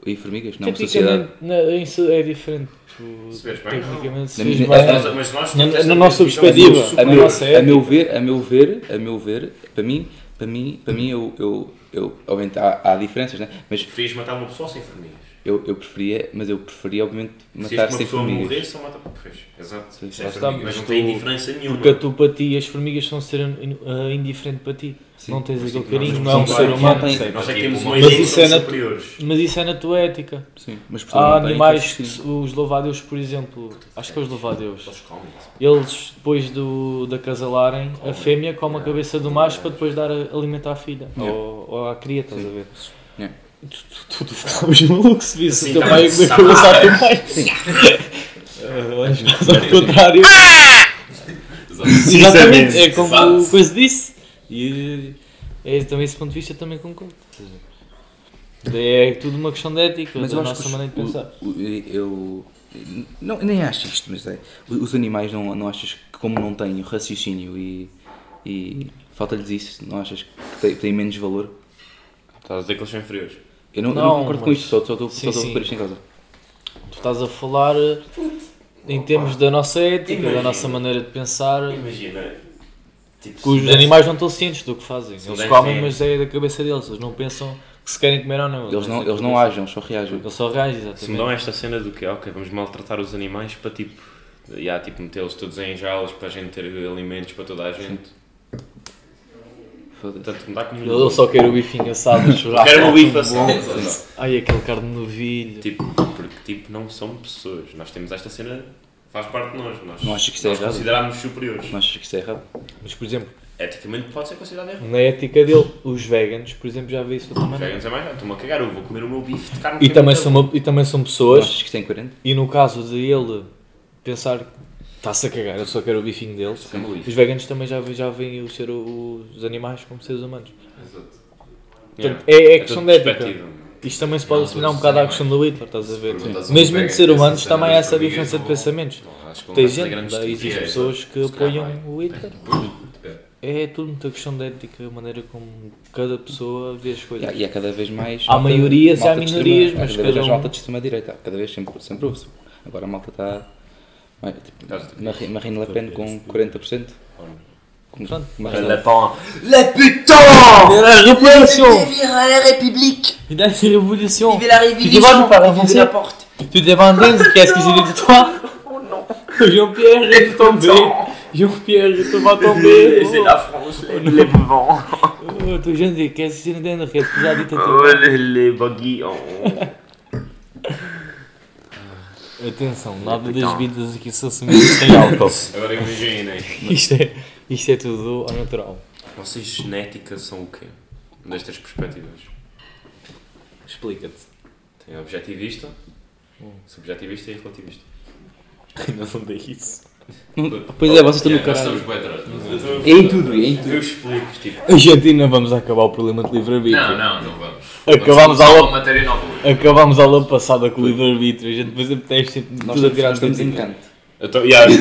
[SPEAKER 2] e formigas? Não, é uma sociedade.
[SPEAKER 4] Tecnicamente, na- isso é diferente. Tu-
[SPEAKER 5] Se vês bem,
[SPEAKER 4] Tecnicamente, se
[SPEAKER 2] Na
[SPEAKER 4] fez
[SPEAKER 2] minha- é.
[SPEAKER 5] Mas-
[SPEAKER 4] bem.
[SPEAKER 5] mas nós
[SPEAKER 4] Na-
[SPEAKER 5] temos essa
[SPEAKER 4] na nossa
[SPEAKER 5] visão de
[SPEAKER 4] perspectiva,
[SPEAKER 5] superior.
[SPEAKER 2] A
[SPEAKER 4] Na
[SPEAKER 2] meu,
[SPEAKER 4] nossa
[SPEAKER 2] a
[SPEAKER 4] época.
[SPEAKER 2] meu ver, a meu ver, a meu ver, para mim, para mim, para mim, eu, eu, eu obviamente há, há diferenças, né? Mas
[SPEAKER 5] Preferias matar uma pessoa sem formigas.
[SPEAKER 2] Eu, eu preferia, mas eu preferia obviamente
[SPEAKER 5] Se és
[SPEAKER 2] matar
[SPEAKER 5] uma
[SPEAKER 2] sem
[SPEAKER 5] pessoa
[SPEAKER 2] formigas.
[SPEAKER 5] morrer, só mata porque fez. Exato. Sem
[SPEAKER 2] está,
[SPEAKER 4] mas
[SPEAKER 5] formigas. Mas não tem
[SPEAKER 4] tu-
[SPEAKER 5] diferença nenhuma.
[SPEAKER 4] Porque a tu, para ti, as formigas são um ser in- ah, indiferente para ti.
[SPEAKER 2] Sim.
[SPEAKER 4] Não tens aquele
[SPEAKER 5] Nós
[SPEAKER 4] carinho,
[SPEAKER 5] somos
[SPEAKER 4] não é um
[SPEAKER 5] iguais.
[SPEAKER 4] ser humano.
[SPEAKER 2] Não tem-
[SPEAKER 4] percebes?
[SPEAKER 5] Nós é que
[SPEAKER 3] Tipo,
[SPEAKER 5] temos uma
[SPEAKER 3] mas
[SPEAKER 5] ideia que
[SPEAKER 4] isso
[SPEAKER 5] somos
[SPEAKER 4] é na-
[SPEAKER 5] superiores.
[SPEAKER 4] Mas isso é na tua ética.
[SPEAKER 2] Sim, mas por
[SPEAKER 4] Há
[SPEAKER 2] não tem
[SPEAKER 4] animais,
[SPEAKER 2] que existir.
[SPEAKER 4] que- os louvadeus, por exemplo, acho que é os louvadeus.
[SPEAKER 5] Eles comem-se.
[SPEAKER 4] Eles, depois do, de acasalarem, a fêmea come
[SPEAKER 2] É.
[SPEAKER 4] a cabeça do macho para depois dar a- alimento à filha ou, ou à cria, estás a ver?
[SPEAKER 2] Yeah.
[SPEAKER 4] Tu, tu, tu, tu ficavas maluco se visse
[SPEAKER 5] Sim,
[SPEAKER 4] o teu
[SPEAKER 5] tá
[SPEAKER 4] pai a
[SPEAKER 5] bem,
[SPEAKER 4] comer
[SPEAKER 5] tá
[SPEAKER 4] cabeça ao teu pai. Ah, mas nós, ao contrário.
[SPEAKER 2] Ah,
[SPEAKER 4] Exatamente, é como
[SPEAKER 3] Exato.
[SPEAKER 4] o coisa disse. E é, também esse ponto de vista também concordo. estás a ver? É tudo uma questão de ética,
[SPEAKER 2] Mas
[SPEAKER 4] da
[SPEAKER 2] eu acho
[SPEAKER 4] nossa
[SPEAKER 2] que os-
[SPEAKER 4] maneira de
[SPEAKER 2] o-
[SPEAKER 4] pensar.
[SPEAKER 2] o- eu não, nem acho isto, mas é, os os animais não, não achas que como não têm raciocínio e, e falta-lhes isso, não achas que que têm, têm menos valor.
[SPEAKER 5] Estás a dizer que eles são inferiores.
[SPEAKER 2] Eu não, eu não
[SPEAKER 4] Não,
[SPEAKER 2] concordo com
[SPEAKER 4] mas-
[SPEAKER 2] isto, só só estou só
[SPEAKER 4] Sim,
[SPEAKER 2] estou a
[SPEAKER 4] sim.
[SPEAKER 2] pôr isto em causa.
[SPEAKER 4] Tu estás a falar eh, em termos da nossa ética, da
[SPEAKER 5] Imagina.
[SPEAKER 4] nossa maneira de pensar.
[SPEAKER 5] Imagina. Tipo,
[SPEAKER 4] Que os
[SPEAKER 5] se-
[SPEAKER 4] animais não estão cientes do que fazem.
[SPEAKER 5] Se
[SPEAKER 4] Eles
[SPEAKER 5] dessem-
[SPEAKER 4] comem, mas é da cabeça deles. Eles não pensam que se querem comer ou não.
[SPEAKER 2] Eles não,
[SPEAKER 4] é da
[SPEAKER 2] eles não
[SPEAKER 4] cabeça.
[SPEAKER 2] agem, eles só reagem.
[SPEAKER 4] Eles só reagem,
[SPEAKER 5] Se me dão
[SPEAKER 4] exatamente.
[SPEAKER 5] esta cena do que é, ok, vamos maltratar os animais para tipo, já, tipo metê-los todos em jaulas para a gente ter alimentos para toda a gente.
[SPEAKER 2] Foda-se.
[SPEAKER 5] Portanto, me dá como.
[SPEAKER 4] Eu só quero o bifinho assado, chorar.
[SPEAKER 5] Quero uma bifa só.
[SPEAKER 4] Ai, aquele carne de novilho.
[SPEAKER 5] Tipo, porque tipo, não são pessoas. Nós temos esta cena, faz parte de nós. Nós,
[SPEAKER 2] Não achas que isso é
[SPEAKER 5] nós
[SPEAKER 2] errado?
[SPEAKER 5] consideramos superiores.
[SPEAKER 2] Não achas que isso é errado?
[SPEAKER 4] Mas, por exemplo,
[SPEAKER 5] Eticamente pode ser considerado errado.
[SPEAKER 4] na ética dele, os veganos, por exemplo, já vi isso de outra
[SPEAKER 5] Já
[SPEAKER 4] maneira.
[SPEAKER 5] não sei mais nada, estou-me a cagar, eu vou comer o meu bife de carne.
[SPEAKER 4] E
[SPEAKER 5] que
[SPEAKER 4] também,
[SPEAKER 5] eu
[SPEAKER 4] são
[SPEAKER 5] tenho.
[SPEAKER 4] uma- e também são
[SPEAKER 2] Não
[SPEAKER 4] pessoas,
[SPEAKER 2] achas que isso é incoerente?
[SPEAKER 4] e no caso de ele pensar que está-se a cagar, eu só quero o bifinho deles,
[SPEAKER 5] Sou uma bife.
[SPEAKER 4] os veganos também já, ve- já veem o ser o- os animais como seres humanos.
[SPEAKER 5] Yeah.
[SPEAKER 4] Portanto, é, é
[SPEAKER 5] É
[SPEAKER 4] questão
[SPEAKER 5] tudo
[SPEAKER 4] da ética.
[SPEAKER 5] perspectiva, mano.
[SPEAKER 4] Isto também se pode
[SPEAKER 3] Não,
[SPEAKER 4] assimilar um
[SPEAKER 3] todos
[SPEAKER 4] bocado à
[SPEAKER 3] animais.
[SPEAKER 4] questão do Hitler, estás a ver?
[SPEAKER 3] Perguntas a um
[SPEAKER 4] Mesmo
[SPEAKER 3] vegan
[SPEAKER 4] de ser
[SPEAKER 3] dessa
[SPEAKER 4] humanos,
[SPEAKER 3] cena
[SPEAKER 4] também há
[SPEAKER 3] das
[SPEAKER 4] essa
[SPEAKER 3] formigas,
[SPEAKER 4] diferença de
[SPEAKER 3] não-
[SPEAKER 4] pensamentos.
[SPEAKER 3] Então,
[SPEAKER 5] Não, acho que
[SPEAKER 4] Tem
[SPEAKER 5] não vai fazer
[SPEAKER 4] gente,
[SPEAKER 5] grandes
[SPEAKER 4] daí existem
[SPEAKER 5] teorias.
[SPEAKER 4] pessoas que
[SPEAKER 3] Se calhar
[SPEAKER 4] apoiam o Hitler.
[SPEAKER 3] Depende.
[SPEAKER 4] É tudo muita questão de ética, a maneira como cada pessoa vê as
[SPEAKER 2] E há,
[SPEAKER 4] coisas.
[SPEAKER 2] e há cada vez mais.
[SPEAKER 4] Há
[SPEAKER 2] malta-
[SPEAKER 4] maiorias e
[SPEAKER 2] malta
[SPEAKER 4] há
[SPEAKER 2] de extrema-
[SPEAKER 4] minorias,
[SPEAKER 2] há
[SPEAKER 4] mas
[SPEAKER 2] cada vez
[SPEAKER 4] cada
[SPEAKER 2] mais
[SPEAKER 4] um-
[SPEAKER 2] malta de extrema-direita. há Cada vez sempre, sempre houve. Agora a malta está. mas, tipo, Marine Marine Le Pen com 40%. Com,
[SPEAKER 4] Pronto.
[SPEAKER 2] Marine Le
[SPEAKER 5] Le Pen.
[SPEAKER 4] La révolution Vive la révolution Vive la révolution Tu vas pas avancer Tu t'es vendu, qu'est-ce que j'ai dit de toi Oh non Jean-Pierre est tombé Jean-Pierre, je te vois tomber C'est la France,
[SPEAKER 5] "Ah,
[SPEAKER 4] les vents Oh, tu viens de qu'est-ce que j'ai dit Qu'est-ce que j'ai dit de toi é
[SPEAKER 5] les buggy.
[SPEAKER 4] Atenção, nada das vidas aqui são assumidas sem álcool
[SPEAKER 5] Agora imaginem.
[SPEAKER 4] Isto é, isto é tudo ao natural
[SPEAKER 5] Vocês genética são o quê? Destas perspectivas.
[SPEAKER 4] Explica-te
[SPEAKER 5] Tem objetivista, subjetivista e relativista.
[SPEAKER 4] Não dei isso
[SPEAKER 2] Pen. Pois é, vocês estão no
[SPEAKER 5] Yeah, nós
[SPEAKER 2] caralho.
[SPEAKER 5] somos bué atrás.
[SPEAKER 2] É em tudo, é em tudo.
[SPEAKER 5] Eu explico, tipo.
[SPEAKER 4] A gente ainda vamos acabar o problema de livre-arbítrio
[SPEAKER 3] Não, não, não vamos.
[SPEAKER 4] Acabámos a
[SPEAKER 3] Vamos
[SPEAKER 4] aula
[SPEAKER 3] uma matéria nova hoje.
[SPEAKER 4] Acabámos a aula passada com o livre-arbítrio, a gente depois apetece sempre
[SPEAKER 2] Nós
[SPEAKER 4] tudo a
[SPEAKER 2] estamos,
[SPEAKER 4] tirar
[SPEAKER 2] nós estamos em
[SPEAKER 4] de
[SPEAKER 2] canto.
[SPEAKER 5] Eu tô, yeah, eu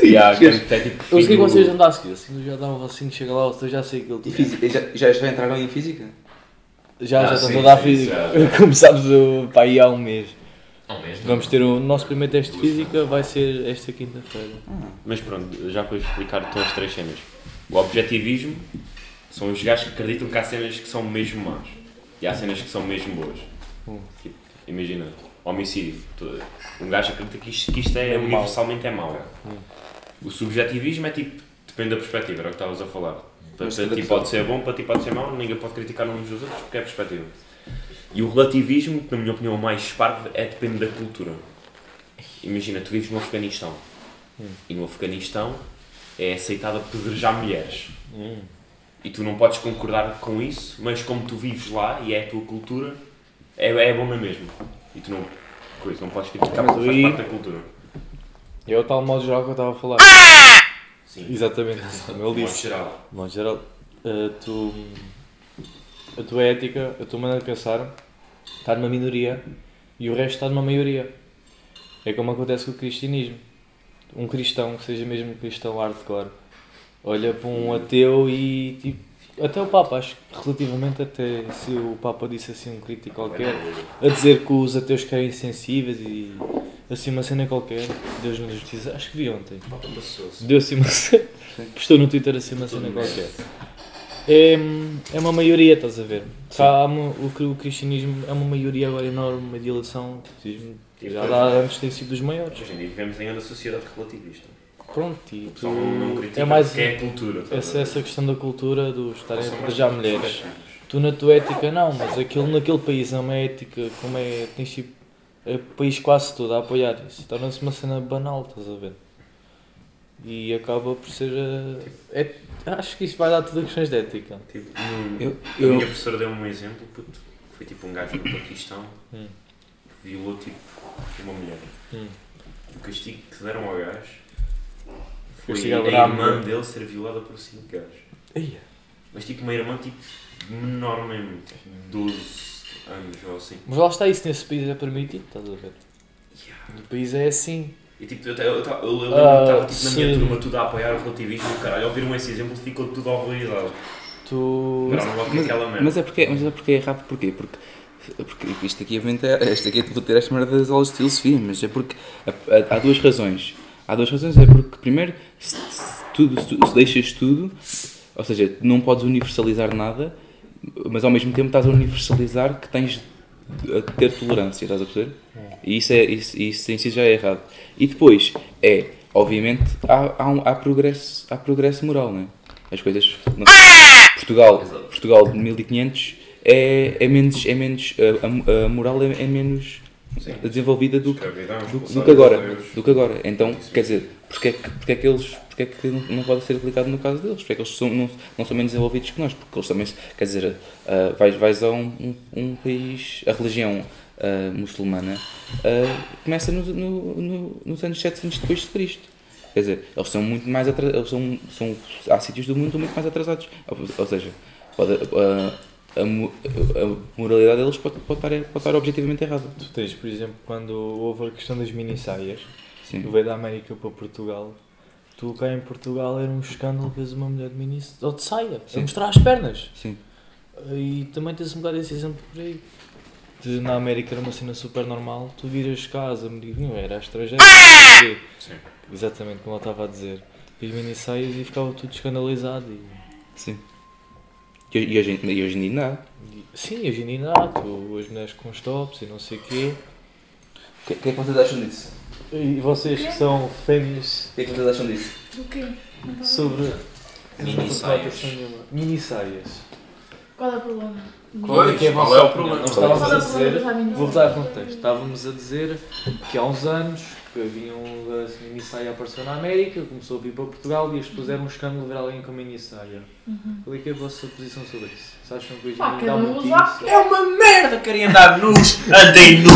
[SPEAKER 5] tô, yeah, quando até tipo.
[SPEAKER 4] Eu sei que
[SPEAKER 5] filho-
[SPEAKER 4] vocês não dá seguir, assim já dá um rocinho, chega lá, eu já sei aquilo.
[SPEAKER 2] E física, já, já, já entraram em física?
[SPEAKER 4] Já, já
[SPEAKER 3] Ah,
[SPEAKER 4] estamos
[SPEAKER 3] sim,
[SPEAKER 4] a dar
[SPEAKER 3] sim,
[SPEAKER 4] física.
[SPEAKER 3] já.
[SPEAKER 4] Começámos o, pá, aí há um mês.
[SPEAKER 3] Não mesmo.
[SPEAKER 4] Vamos ter o nosso primeiro teste de física, vai ser esta quinta-feira.
[SPEAKER 5] Mas pronto, já para explicar, estão as três cenas. O objetivismo são os gajos que acreditam que há cenas que são mesmo más e há cenas que são mesmo boas. Tipo, imagina, homicídio. tu- Um gajo acredita que isto, que isto é, universalmente é mau. O subjetivismo é tipo, depende da perspectiva, era o que estavas a falar. Para,
[SPEAKER 2] Mas
[SPEAKER 5] para
[SPEAKER 2] cada
[SPEAKER 5] ti
[SPEAKER 2] pessoa.
[SPEAKER 5] pode ser bom, para ti pode ser mau, ninguém pode criticar uns dos outros porque é perspectiva. E o relativismo, que na minha opinião é o mais esparvo, é depende da cultura. Imagina, tu vives no Afeganistão
[SPEAKER 2] Hum.
[SPEAKER 5] e no Afeganistão é aceitado apedrejar mulheres.
[SPEAKER 2] Hum.
[SPEAKER 5] E tu não podes concordar com isso, mas como tu vives lá e é a tua cultura, é, é bom na mesma. E tu não, coisa, não podes criticar
[SPEAKER 4] Mas
[SPEAKER 5] porque faz
[SPEAKER 4] aí-
[SPEAKER 5] parte da cultura.
[SPEAKER 4] É o tal modo geral que eu estava a falar.
[SPEAKER 5] Sim,
[SPEAKER 4] Exatamente, como ele
[SPEAKER 5] modo
[SPEAKER 4] disse.
[SPEAKER 5] geral.
[SPEAKER 4] De modo geral, a, tu, a tua ética, a tua maneira de pensar está numa minoria e o resto está numa maioria. É como acontece com o cristianismo. Um cristão, que seja mesmo um cristão hardcore, olha para um ateu e tipo. Até o Papa, acho que relativamente até se o Papa disse assim um crítico qualquer, a dizer que os ateus que eram insensíveis e assim uma cena qualquer, Deus nos justiça, acho que vi ontem. Deu assim uma cena. Postou no Twitter assim uma cena qualquer. É, é uma maioria, estás a ver? Há uma- o, cri- o cristianismo é uma maioria agora enorme, uma dilação. O cristianismo
[SPEAKER 5] E
[SPEAKER 4] já
[SPEAKER 5] depois-
[SPEAKER 4] lá antes tem sido dos maiores.
[SPEAKER 5] Hoje em dia vivemos ainda na sociedade relativista.
[SPEAKER 4] Pronto, e
[SPEAKER 5] O pessoal não, não critica
[SPEAKER 4] é mais
[SPEAKER 5] porque é a cultura. estás a
[SPEAKER 4] essa,
[SPEAKER 5] ver?
[SPEAKER 4] essa questão da cultura, do estarem a
[SPEAKER 5] São mais
[SPEAKER 4] apedrejar mulheres.
[SPEAKER 5] perspectivas.
[SPEAKER 4] Tu na tua ética não, mas aquilo naquele país é uma ética, como é, tens tipo, é o país quase todo a apoiar isso. Torna-se uma cena banal, estás a ver? E acaba por ser a- é- acho que isto vai dar tudo a questões de ética.
[SPEAKER 5] Tipo, no-
[SPEAKER 2] Eu-
[SPEAKER 5] A
[SPEAKER 2] eu-
[SPEAKER 5] minha professora deu-me um exemplo, puto. Foi tipo um gajo no Paquistão
[SPEAKER 4] Hum.
[SPEAKER 5] que violou tipo uma mulher.
[SPEAKER 4] Hum.
[SPEAKER 5] O castigo que deram ao gajo foi
[SPEAKER 4] Castigar
[SPEAKER 5] a
[SPEAKER 4] a brava
[SPEAKER 5] irmã
[SPEAKER 4] mulher.
[SPEAKER 5] dele ser violada por cinco gajos. Mas tipo uma irmã tipo menor mesmo, tipo, 12 anos ou assim.
[SPEAKER 4] Mas lá está isso, nesse país é permitido, estás a ver? No país é assim.
[SPEAKER 5] E tipo, eu, eu, eu, eu lembro
[SPEAKER 4] Ah,
[SPEAKER 5] que estava tipo, na
[SPEAKER 4] sim.
[SPEAKER 5] minha um turma tudo a apoiar o relativismo, caralho, ouviram esse exemplo ficou tudo horrorizado.
[SPEAKER 4] tu.
[SPEAKER 5] Mas, mas, aquela merda.
[SPEAKER 2] Mas é porque, mas é porque é rápido, porquê? Porque, porque isto aqui, obviamente, é, isto aqui, vou ter esta merda das aulas de filosofia, mas é porque há- há- há duas razões. Há duas razões, é porque, primeiro, se, se tudo, se, tu- se deixas tudo, ou seja, não podes universalizar nada, mas ao mesmo tempo estás a universalizar que tens de ter tolerância, estás a perceber? E isso, é, isso, isso em si já é errado. E depois, é, obviamente, há, há, um- há progresso, há progresso moral, não é? As coisas... não- Portugal, Portugal de 1500 é, é menos, é menos a, a- a moral é, é menos desenvolvida do que,
[SPEAKER 5] Escravidão,
[SPEAKER 2] do, do
[SPEAKER 5] expulsão
[SPEAKER 2] que
[SPEAKER 5] de
[SPEAKER 2] agora,
[SPEAKER 5] judeus.
[SPEAKER 2] do que agora. Então, quer dizer, porque é que, porque é que eles porque é que não, não pode ser aplicado no caso deles? Porque é que eles são, não, não são menos desenvolvidos que nós? Porque eles também, se- quer dizer, ah, vais, vais a um, um, um país, a religião ah, muçulmana ah, começa no, no, no, nos anos 700 depois de Cristo. Quer dizer, eles são muito mais atrasados. Eles são, são, há sítios do mundo muito mais atrasados. Ou, ou seja, pode- ah, a, a mo- a moralidade deles pode, pode, estar, pode estar objetivamente errada.
[SPEAKER 4] Tu tens, por exemplo, quando houve a questão das mini saias, que
[SPEAKER 2] Sim.
[SPEAKER 4] veio da América para Portugal, tu cá em Portugal era um escândalo veres uma mulher de mini ou de saia, a
[SPEAKER 2] Sim.
[SPEAKER 4] mostrar as pernas.
[SPEAKER 2] Sim.
[SPEAKER 4] E também tens um bocado esse exemplo por aí. De, na América era uma cena super normal, tu viras cá as americanas, era estrangeiro, não sei o
[SPEAKER 2] Ah!
[SPEAKER 4] quê.
[SPEAKER 5] Sim.
[SPEAKER 4] exatamente como ela estava a dizer, e as mini saias e ficava tudo escandalizado. E...
[SPEAKER 2] Sim. E, e hoje, em- e hoje em dia nada.
[SPEAKER 4] E- Sim, a geninato, as mulheres com os tops e não sei o quê.
[SPEAKER 2] O que, que é que vocês acham disso?
[SPEAKER 4] E vocês que são fêmeas
[SPEAKER 2] O que é que vocês acham disso?
[SPEAKER 6] O quê?
[SPEAKER 4] sobre.
[SPEAKER 3] Mini saias.
[SPEAKER 4] Mini saias.
[SPEAKER 6] Qual é o problema?
[SPEAKER 4] Qual é que é a
[SPEAKER 5] Qual
[SPEAKER 4] vossa
[SPEAKER 5] é o
[SPEAKER 4] opinião?
[SPEAKER 5] problema?
[SPEAKER 4] Nós
[SPEAKER 2] Qual é o
[SPEAKER 4] estávamos a dizer.
[SPEAKER 6] problema?
[SPEAKER 4] Vou dar contexto.
[SPEAKER 5] tá?
[SPEAKER 4] Estávamos a dizer que há uns anos que havia um a mini saia apareceu na América, começou a vir para Portugal e as pessoas eram um escândalo ver alguém com mini saia. Qual é que é a vossa posição sobre isso? Se acham que hoje
[SPEAKER 6] Ah,
[SPEAKER 4] em dia
[SPEAKER 6] Uhum. cada
[SPEAKER 4] dá
[SPEAKER 6] um
[SPEAKER 4] muito
[SPEAKER 6] usa
[SPEAKER 4] isso?
[SPEAKER 6] É
[SPEAKER 5] uma merda, querem andar nus, andem nus.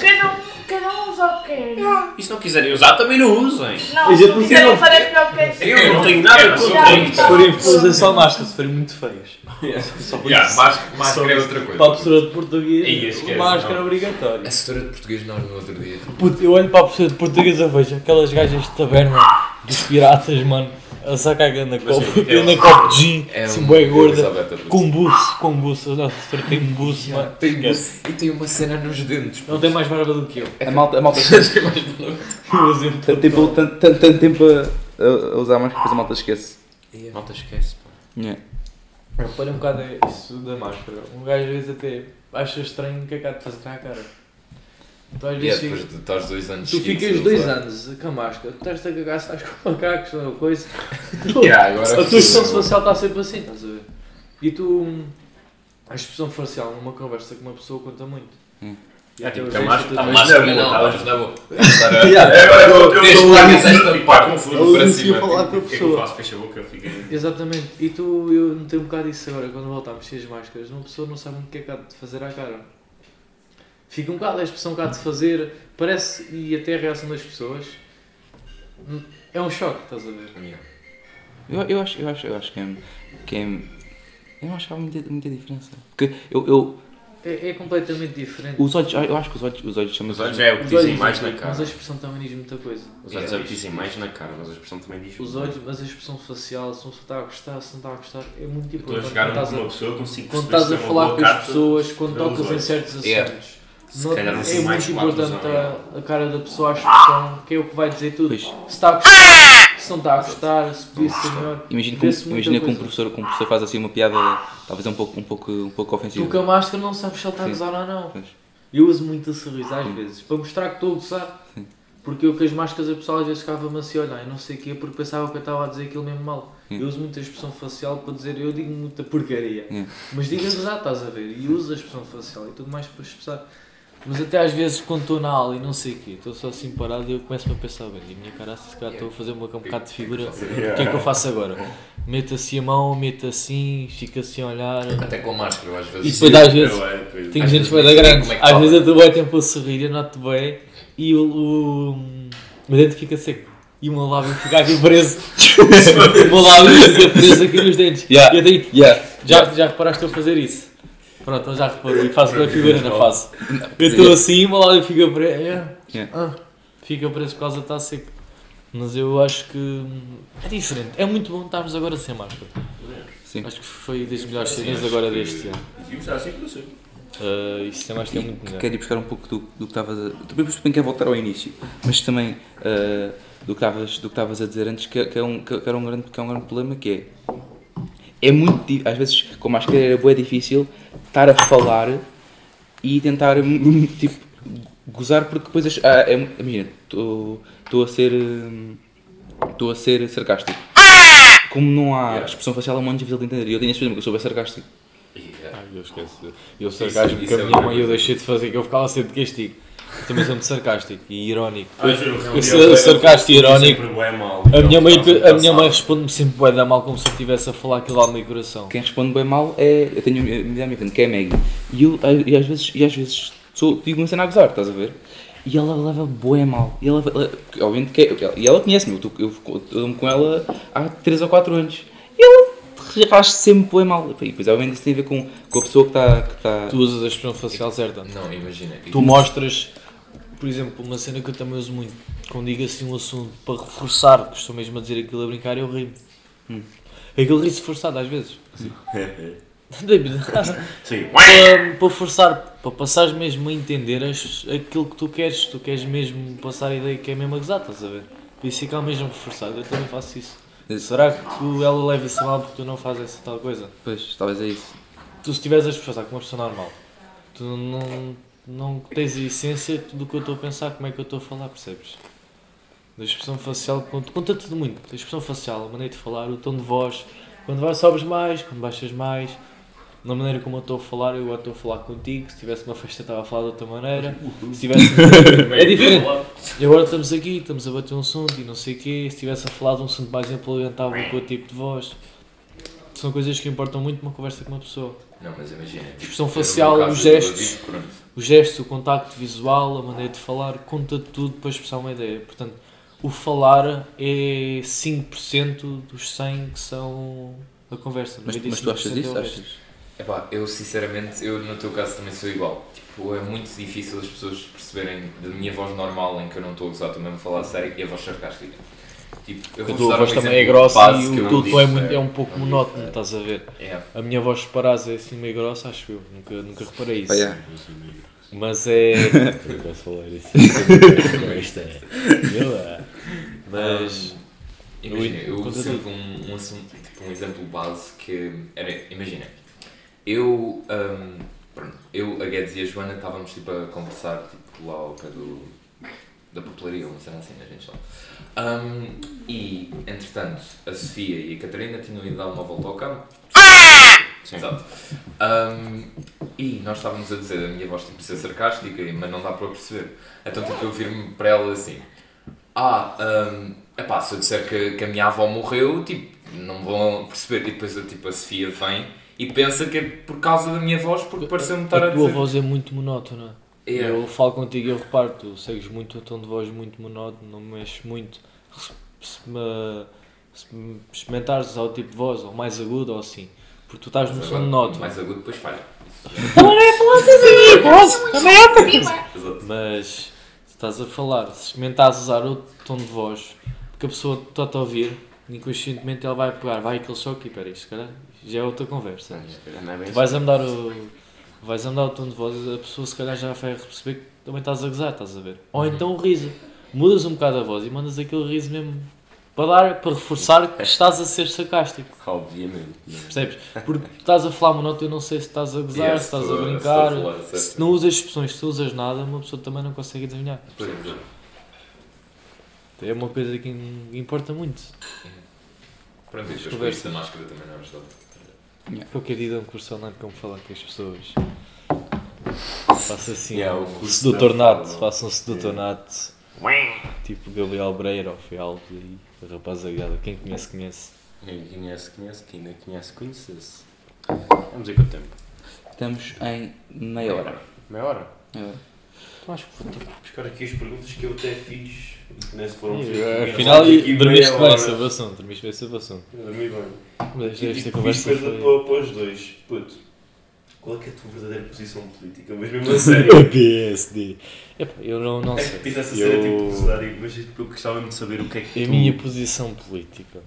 [SPEAKER 6] Cada um, cada um usa o que quer. Não,
[SPEAKER 5] E se não quiserem usar, também não usem.
[SPEAKER 4] Mas eu
[SPEAKER 6] se
[SPEAKER 4] prefiro-
[SPEAKER 6] quiserem fazer melhor o que quer.
[SPEAKER 5] Eu não tenho nada contra
[SPEAKER 6] Yeah.
[SPEAKER 5] isso.
[SPEAKER 4] Se forem feios, só máscara, se forem muito feios. Só por
[SPEAKER 3] Yeah,
[SPEAKER 4] isso.
[SPEAKER 3] mas- máscara é outra
[SPEAKER 4] Para a
[SPEAKER 3] coisa.
[SPEAKER 4] professora de português,
[SPEAKER 5] Ei, esquece,
[SPEAKER 4] máscara
[SPEAKER 5] não.
[SPEAKER 4] obrigatória.
[SPEAKER 3] A setora de português nós no outro dia.
[SPEAKER 4] Puto, eu olho para a professora de português e vejo aquelas gajas de taberna dos piratas, mano, a sacar a ganda copo,
[SPEAKER 5] sim, é-
[SPEAKER 4] ganda copo de gin,
[SPEAKER 3] É
[SPEAKER 4] assim,
[SPEAKER 3] uma
[SPEAKER 4] bué
[SPEAKER 3] coisa
[SPEAKER 4] gorda,
[SPEAKER 3] aberta para
[SPEAKER 4] com buço, com buço, nossa, se for tem um buço, mano.
[SPEAKER 3] Tem
[SPEAKER 4] Esquece.
[SPEAKER 3] buço e tem uma cena nos dentes.
[SPEAKER 4] Não tem mais barba do que eu.
[SPEAKER 2] A malta, a malta
[SPEAKER 3] Tem mais valor.
[SPEAKER 4] Eu exemplo.
[SPEAKER 2] tanto tempo, tanto, tanto, tanto tempo a, a- a usar mais que depois a malta esquece.
[SPEAKER 3] Malta esquece, pá.
[SPEAKER 2] Yeah.
[SPEAKER 4] Olha um bocado isso da máscara. Um gajo às vezes até acha estranho que acaba de fazer cá a cara. Então às
[SPEAKER 3] E
[SPEAKER 4] vezes
[SPEAKER 3] é, depois de estás dois anos
[SPEAKER 4] Tu
[SPEAKER 3] seguidos
[SPEAKER 4] ficas
[SPEAKER 3] a
[SPEAKER 4] dois
[SPEAKER 3] usar.
[SPEAKER 4] anos com a máscara, tu estás a cagar, estás com macacos, ou coisa.
[SPEAKER 3] Yeah, agora
[SPEAKER 4] A tua
[SPEAKER 3] fica-
[SPEAKER 4] expressão facial está sempre assim, estás a ver? E tu. hum, A expressão facial numa conversa com uma pessoa conta muito.
[SPEAKER 2] Hum.
[SPEAKER 4] E até
[SPEAKER 5] tipo,
[SPEAKER 4] os
[SPEAKER 5] a
[SPEAKER 4] gestos da
[SPEAKER 5] máscara-
[SPEAKER 4] tua-
[SPEAKER 5] a
[SPEAKER 3] Ah, Mas
[SPEAKER 5] Máscara
[SPEAKER 3] não,
[SPEAKER 5] não,
[SPEAKER 3] não,
[SPEAKER 5] tá
[SPEAKER 3] mas não. Estar a-
[SPEAKER 4] Yeah.
[SPEAKER 3] Agora
[SPEAKER 5] Eu- eu-
[SPEAKER 3] três
[SPEAKER 5] eu- eu-
[SPEAKER 3] placas
[SPEAKER 5] eu-
[SPEAKER 3] esta
[SPEAKER 5] eu-
[SPEAKER 3] pá,
[SPEAKER 5] eu-
[SPEAKER 3] confuso para
[SPEAKER 4] eu- eu-
[SPEAKER 3] cima.
[SPEAKER 4] falar com a
[SPEAKER 5] O que é que eu
[SPEAKER 4] pessoa.
[SPEAKER 5] faço? Fecha a boca, fica.
[SPEAKER 4] Exatamente. E tu, eu notei um bocado isso agora, quando voltámos sem as máscaras, uma pessoa não sabe muito o que é que há de fazer à cara. Fica um bocado a expressão que há de fazer, parece, e até a reação das pessoas. hum, É um choque, estás a ver?
[SPEAKER 3] Yeah.
[SPEAKER 2] Eu, eu, acho, eu, acho, eu acho que é. Que é eu não achava muita, muita diferença. Porque eu, eu,
[SPEAKER 4] É, é completamente diferente.
[SPEAKER 2] os olhos, eu acho que os olhos, os olhos são
[SPEAKER 5] Os olhos já é o que
[SPEAKER 4] Os
[SPEAKER 5] dizem
[SPEAKER 4] olhos,
[SPEAKER 5] mais na cara.
[SPEAKER 4] mas a expressão também diz muita coisa.
[SPEAKER 5] Os olhos é o que dizem mais na cara, mas a expressão também diz.
[SPEAKER 4] Os olhos, mas a expressão facial, se não está a gostar, se não está a gostar, é muito
[SPEAKER 5] Estou a
[SPEAKER 4] importante.
[SPEAKER 5] jogar
[SPEAKER 4] Quando
[SPEAKER 5] com
[SPEAKER 4] estás
[SPEAKER 5] uma
[SPEAKER 4] a,
[SPEAKER 5] pessoa, eu consigo
[SPEAKER 4] quando
[SPEAKER 5] perceber
[SPEAKER 4] estás
[SPEAKER 5] se
[SPEAKER 4] a
[SPEAKER 5] é uma
[SPEAKER 4] falar
[SPEAKER 5] boa
[SPEAKER 4] com
[SPEAKER 5] carta.
[SPEAKER 4] as pessoas, quando
[SPEAKER 5] pelos
[SPEAKER 4] tocas em
[SPEAKER 5] olhos.
[SPEAKER 4] certos assuntos,
[SPEAKER 3] Yeah.
[SPEAKER 5] Se
[SPEAKER 4] Nota-
[SPEAKER 5] calhar um
[SPEAKER 4] é
[SPEAKER 5] mais
[SPEAKER 4] muito importante
[SPEAKER 5] quatro,
[SPEAKER 4] a, a cara da pessoa, a expressão, que é o que vai dizer tudo.
[SPEAKER 2] Pois.
[SPEAKER 4] Se está a gostar, se não está a gostar, se podia ser melhor.
[SPEAKER 2] Imagina que,
[SPEAKER 4] Vê-se
[SPEAKER 2] um-
[SPEAKER 4] muita
[SPEAKER 2] imagina que um,
[SPEAKER 4] coisa.
[SPEAKER 2] professor, que um professor faz assim uma piada, talvez um pouco, um pouco, um pouco ofensiva.
[SPEAKER 4] Tu com a máscara não sabes se ele está a
[SPEAKER 2] Sim.
[SPEAKER 4] gozar ou não.
[SPEAKER 2] Pois.
[SPEAKER 4] Eu uso muito a sorriso às vezes, para mostrar que estou a gozar. Porque eu com as máscaras a pessoa às vezes ficava-me assim a olhar, e não sei o quê, porque pensava que eu estava a dizer aquilo mesmo mal.
[SPEAKER 2] Sim.
[SPEAKER 4] Eu uso muito a expressão facial para dizer, eu digo muita porcaria.
[SPEAKER 2] Sim.
[SPEAKER 4] Mas digo a gozar, estás a ver? E uso a expressão facial e tudo mais para expressar. Mas até às vezes quando estou na aula e não sei o quê, estou só assim parado e eu começo-me a pensar, bem, e a minha cara, se calhar estou a fazer uma, um bocado de figura, o que é que eu faço agora? Meto assim a mão, meto assim, fico assim a olhar...
[SPEAKER 3] Até com máscara, eu às
[SPEAKER 4] E
[SPEAKER 3] vezes.
[SPEAKER 4] depois às vezes...
[SPEAKER 5] Eu é, pois.
[SPEAKER 4] Tenho
[SPEAKER 3] Às
[SPEAKER 4] gente
[SPEAKER 3] vezes
[SPEAKER 4] bué da
[SPEAKER 3] nem sei
[SPEAKER 4] grande.
[SPEAKER 3] como é que
[SPEAKER 4] Às
[SPEAKER 3] fala.
[SPEAKER 4] vezes eu estou bem tempo a sorrir, eu noto bem e o, o, o dente fica seco. E o meu lábio fica aqui preso. o meu lábio fica preso aqui nos dentes.
[SPEAKER 2] Yeah.
[SPEAKER 4] E eu digo,
[SPEAKER 2] Yeah.
[SPEAKER 4] já, já reparaste eu fazer isso? Pronto, ele já reparou e faço a figura na face. Eu
[SPEAKER 3] é.
[SPEAKER 4] estou assim e o meu lábio fica preso. É.
[SPEAKER 2] Yeah.
[SPEAKER 4] Ah, fica preso por causa de estar seco. Mas eu acho que hum, é diferente. É muito bom estarmos agora sem máscara.
[SPEAKER 5] género.
[SPEAKER 2] Sim.
[SPEAKER 4] Acho que foi das melhores
[SPEAKER 5] Sim,
[SPEAKER 4] cenas
[SPEAKER 5] acho
[SPEAKER 4] agora
[SPEAKER 5] que-
[SPEAKER 4] deste ano.
[SPEAKER 5] E está sempre assim.
[SPEAKER 3] Ah,
[SPEAKER 4] Uh, isso também acho que é muito
[SPEAKER 2] que
[SPEAKER 4] melhor.
[SPEAKER 2] quer ir buscar um pouco do, do que estavas a. Também percebi que é voltar ao início, mas também ah, do que estavas do que estavas a dizer antes, que, que é um, que, que era um grande, que é um grande problema, que é. É muito. di- Às vezes, como acho que era bué difícil, estar a falar e tentar, hum, tipo, gozar, porque depois. as- Ah, é, imagina, estou a ser. Estou a ser sarcástico. Como não há expressão facial, é muito difícil de entender. E eu tenho esse problema, que eu sou bem sarcástico.
[SPEAKER 4] Ah, eu esqueço. Eu
[SPEAKER 3] Isso-
[SPEAKER 4] sarcasmo
[SPEAKER 3] isso
[SPEAKER 4] que a
[SPEAKER 3] é
[SPEAKER 4] minha
[SPEAKER 3] outra
[SPEAKER 4] mãe eu
[SPEAKER 3] coisa.
[SPEAKER 4] deixei de fazer, que eu ficava sempre de castigo. Também sou muito sarcástico e irónico.
[SPEAKER 5] Ah, juro,
[SPEAKER 4] Eu
[SPEAKER 5] realmente,
[SPEAKER 4] sou
[SPEAKER 5] eu- eu-
[SPEAKER 4] sarcástico e
[SPEAKER 5] eu- eu-
[SPEAKER 4] irónico.
[SPEAKER 5] sempre bué mal.
[SPEAKER 4] A minha mãe, a minha mãe
[SPEAKER 5] Sabe?
[SPEAKER 4] responde-me sempre bué da mal como se eu estivesse a falar aquilo lá no meu coração.
[SPEAKER 2] Quem responde bem mal é. Eu tenho a minha frente, que é a Maggie. E eu, a- e às vezes, e às vezes sou, digo uma cena a gozar, estás a ver? E ela leva boé mal. E ela, ela, obviamente que é- e ela conhece-me, eu, tô- eu, fico- eu dou-me com ela há 3 ou 4 anos. E ela raste sempre boé mal. E depois, obviamente, isso tem a ver com, com a pessoa que está. Que tá. está
[SPEAKER 4] Tu usas a expressão facial certa.
[SPEAKER 3] Não, imagina.
[SPEAKER 4] Tu mostras, por exemplo, uma cena que eu também uso muito. Quando digo assim um assunto para reforçar, que estou mesmo a dizer aquilo a brincar, eu rio. Aquilo ri-se forçado às vezes. David,
[SPEAKER 5] Sim.
[SPEAKER 4] para, para forçar, para passares mesmo a entender as- aquilo que tu queres, tu queres mesmo passar a ideia que é mesmo a gozar, estás a ver? Por isso é fica mesmo reforçado, eu também faço isso. Será que tu, ela leva isso a mal porque tu não fazes essa tal coisa?
[SPEAKER 2] Pois, talvez é isso.
[SPEAKER 4] Tu se estiveres a expressar como uma pessoa normal, tu não, não tens a essência do que eu estou a pensar, como é que eu estou a falar, percebes? Da expressão facial, conta, conta tudo muito. A expressão facial, a maneira de falar, o tom de voz, quando vai sobes mais, quando baixas mais, na maneira como eu estou a falar, eu agora estou a falar contigo, se tivesse uma festa estava a falar de outra maneira, se tivesse... é diferente. E agora estamos aqui, estamos a bater um assunto e não sei o quê, se tivesse a falar de um assunto mais empolgante, estava com o tipo de voz. São coisas que importam muito numa conversa com uma pessoa.
[SPEAKER 3] Não, mas imagina. tipo,
[SPEAKER 4] Expressão
[SPEAKER 3] era o meu
[SPEAKER 4] facial,
[SPEAKER 3] caso,
[SPEAKER 4] os
[SPEAKER 3] eu digo,
[SPEAKER 4] gestos.
[SPEAKER 3] pronto.
[SPEAKER 4] O gesto, o contacto visual, a maneira de falar, conta tudo para expressar uma ideia. Portanto, o falar é 5% dos 100 que são a conversa.
[SPEAKER 2] Mas, mas tu achas
[SPEAKER 4] 95% é o
[SPEAKER 2] isso?
[SPEAKER 4] resto.
[SPEAKER 2] Achas?
[SPEAKER 3] Epá, eu sinceramente, eu no teu caso também sou igual. Tipo, é muito difícil as pessoas perceberem da minha voz normal em que eu não estou a gozar, estou mesmo a falar a sério, e a voz sarcástica. Tipo, eu
[SPEAKER 4] A
[SPEAKER 3] vou
[SPEAKER 4] tua
[SPEAKER 3] dar
[SPEAKER 4] voz
[SPEAKER 3] um
[SPEAKER 4] também é
[SPEAKER 3] exemplo
[SPEAKER 4] grossa e
[SPEAKER 3] base que eu
[SPEAKER 4] o
[SPEAKER 3] não
[SPEAKER 4] teu tom é,
[SPEAKER 3] disse,
[SPEAKER 4] muito,
[SPEAKER 3] é.
[SPEAKER 4] é um pouco
[SPEAKER 3] Não
[SPEAKER 4] monótono,
[SPEAKER 3] disse, é.
[SPEAKER 4] estás a ver?
[SPEAKER 3] É.
[SPEAKER 4] A minha voz paraz é assim meio grossa, acho eu. Nunca, nunca reparei isso.
[SPEAKER 2] Pá, yeah.
[SPEAKER 4] Mas é.
[SPEAKER 1] Eu posso falar isso. Isto é. Eu, é.
[SPEAKER 4] Mas.
[SPEAKER 3] Imagina,
[SPEAKER 4] Eu-
[SPEAKER 3] eu
[SPEAKER 4] conta
[SPEAKER 3] uso sempre um, um assunto, tipo, um exemplo base que era, imagina, eu, ahm, pronto, eu, a Guedes e a Joana estávamos tipo a conversar tipo, lá ao pé do, da papelaria, uma cena assim, a gente lá. Ahm, e, entretanto, a Sofia e a Catarina tinham ido dar uma volta ao campo. Exato. Ahm, e nós estávamos a dizer a minha voz tipo ser sarcástica, mas não dá para perceber. Então tipo eu viro-me para ela assim. Ah, hum, epá, se eu disser que, que a minha avó morreu, tipo, não vão perceber. E depois tipo, a Sofia vem e pensa que é por causa da minha voz, porque pareceu-me estar a
[SPEAKER 4] A tua
[SPEAKER 3] dizer.
[SPEAKER 4] voz é muito monótona.
[SPEAKER 3] Yeah.
[SPEAKER 4] Eu falo contigo e eu reparo, tu segues muito o tom de voz muito monótono, não mexes muito. Se se me, se me experimentares ao tipo de voz, ou mais agudo ou assim, porque tu estás num
[SPEAKER 3] Mas
[SPEAKER 4] som
[SPEAKER 3] agora,
[SPEAKER 4] monótono.
[SPEAKER 3] Mais agudo depois falha. Exato.
[SPEAKER 4] Mas se estás a falar, se experimentares usar outro tom de voz, porque a pessoa está-te a ouvir, inconscientemente ela vai pegar, vai aquele choque e peraí, se calhar já é outra conversa.
[SPEAKER 5] Não é bem
[SPEAKER 4] Tu vais a mudar o. Vais a mudar o tom de voz a pessoa se calhar já vai perceber que também estás a gozar, estás a ver? Ou então o riso. Mudas um bocado a voz e mandas aquele riso mesmo para dar, para reforçar que estás a ser sarcástico,
[SPEAKER 1] Obviamente.
[SPEAKER 4] percebes? Porque tu estás a falar monótono, eu não sei se estás a gozar,
[SPEAKER 3] Yeah,
[SPEAKER 4] se estás
[SPEAKER 3] estou
[SPEAKER 4] a
[SPEAKER 3] a-
[SPEAKER 4] brincar,
[SPEAKER 3] estou a falar, certo.
[SPEAKER 4] se não usas expressões, se não usas nada, uma pessoa também não consegue adivinhar.
[SPEAKER 3] Por exemplo,
[SPEAKER 4] É uma coisa que importa muito.
[SPEAKER 3] Pronto, e depois com
[SPEAKER 4] Conversa.
[SPEAKER 3] isso da máscara também não é ajudou.
[SPEAKER 4] Qualquer dia dou um curso online como falar com as pessoas. Faça assim
[SPEAKER 1] Yeah, o
[SPEAKER 4] um
[SPEAKER 1] curso
[SPEAKER 4] sedutor
[SPEAKER 1] da
[SPEAKER 4] nato,
[SPEAKER 1] fala.
[SPEAKER 4] faça um sedutor nato. Tipo Gabriel Breira ou Fialves aí, a rapaziada, quem conhece, conhece.
[SPEAKER 1] Quem conhece, conhece. Quem não conhece, conhece.
[SPEAKER 5] Vamos ver quanto tempo.
[SPEAKER 2] Estamos em meia hora.
[SPEAKER 5] Meia hora.
[SPEAKER 2] Meia
[SPEAKER 4] É.
[SPEAKER 2] hora.
[SPEAKER 5] Buscar aqui as perguntas que eu até fiz. Nem se foram feitas.
[SPEAKER 4] Afinal,
[SPEAKER 5] Aqui meia
[SPEAKER 4] dormiste
[SPEAKER 5] hora.
[SPEAKER 4] bem sobre o assunto, dormiste bem sobre o assunto.
[SPEAKER 5] Dormi bem.
[SPEAKER 4] Mas
[SPEAKER 5] E
[SPEAKER 4] esta
[SPEAKER 5] tipo,
[SPEAKER 4] conversa
[SPEAKER 5] fiz pergunta
[SPEAKER 4] foi...
[SPEAKER 5] para- para os dois. Puto, qual é que é a tua verdadeira posição política? Mas mesmo a sério.
[SPEAKER 4] PSD. Epá, eu não, não
[SPEAKER 5] É que
[SPEAKER 4] sei.
[SPEAKER 5] fiz essa cena tipo de
[SPEAKER 4] Eu...
[SPEAKER 5] é cenário, mas tipo, eu gostava mesmo de saber o que é que
[SPEAKER 4] A
[SPEAKER 5] tu-
[SPEAKER 4] minha posição política.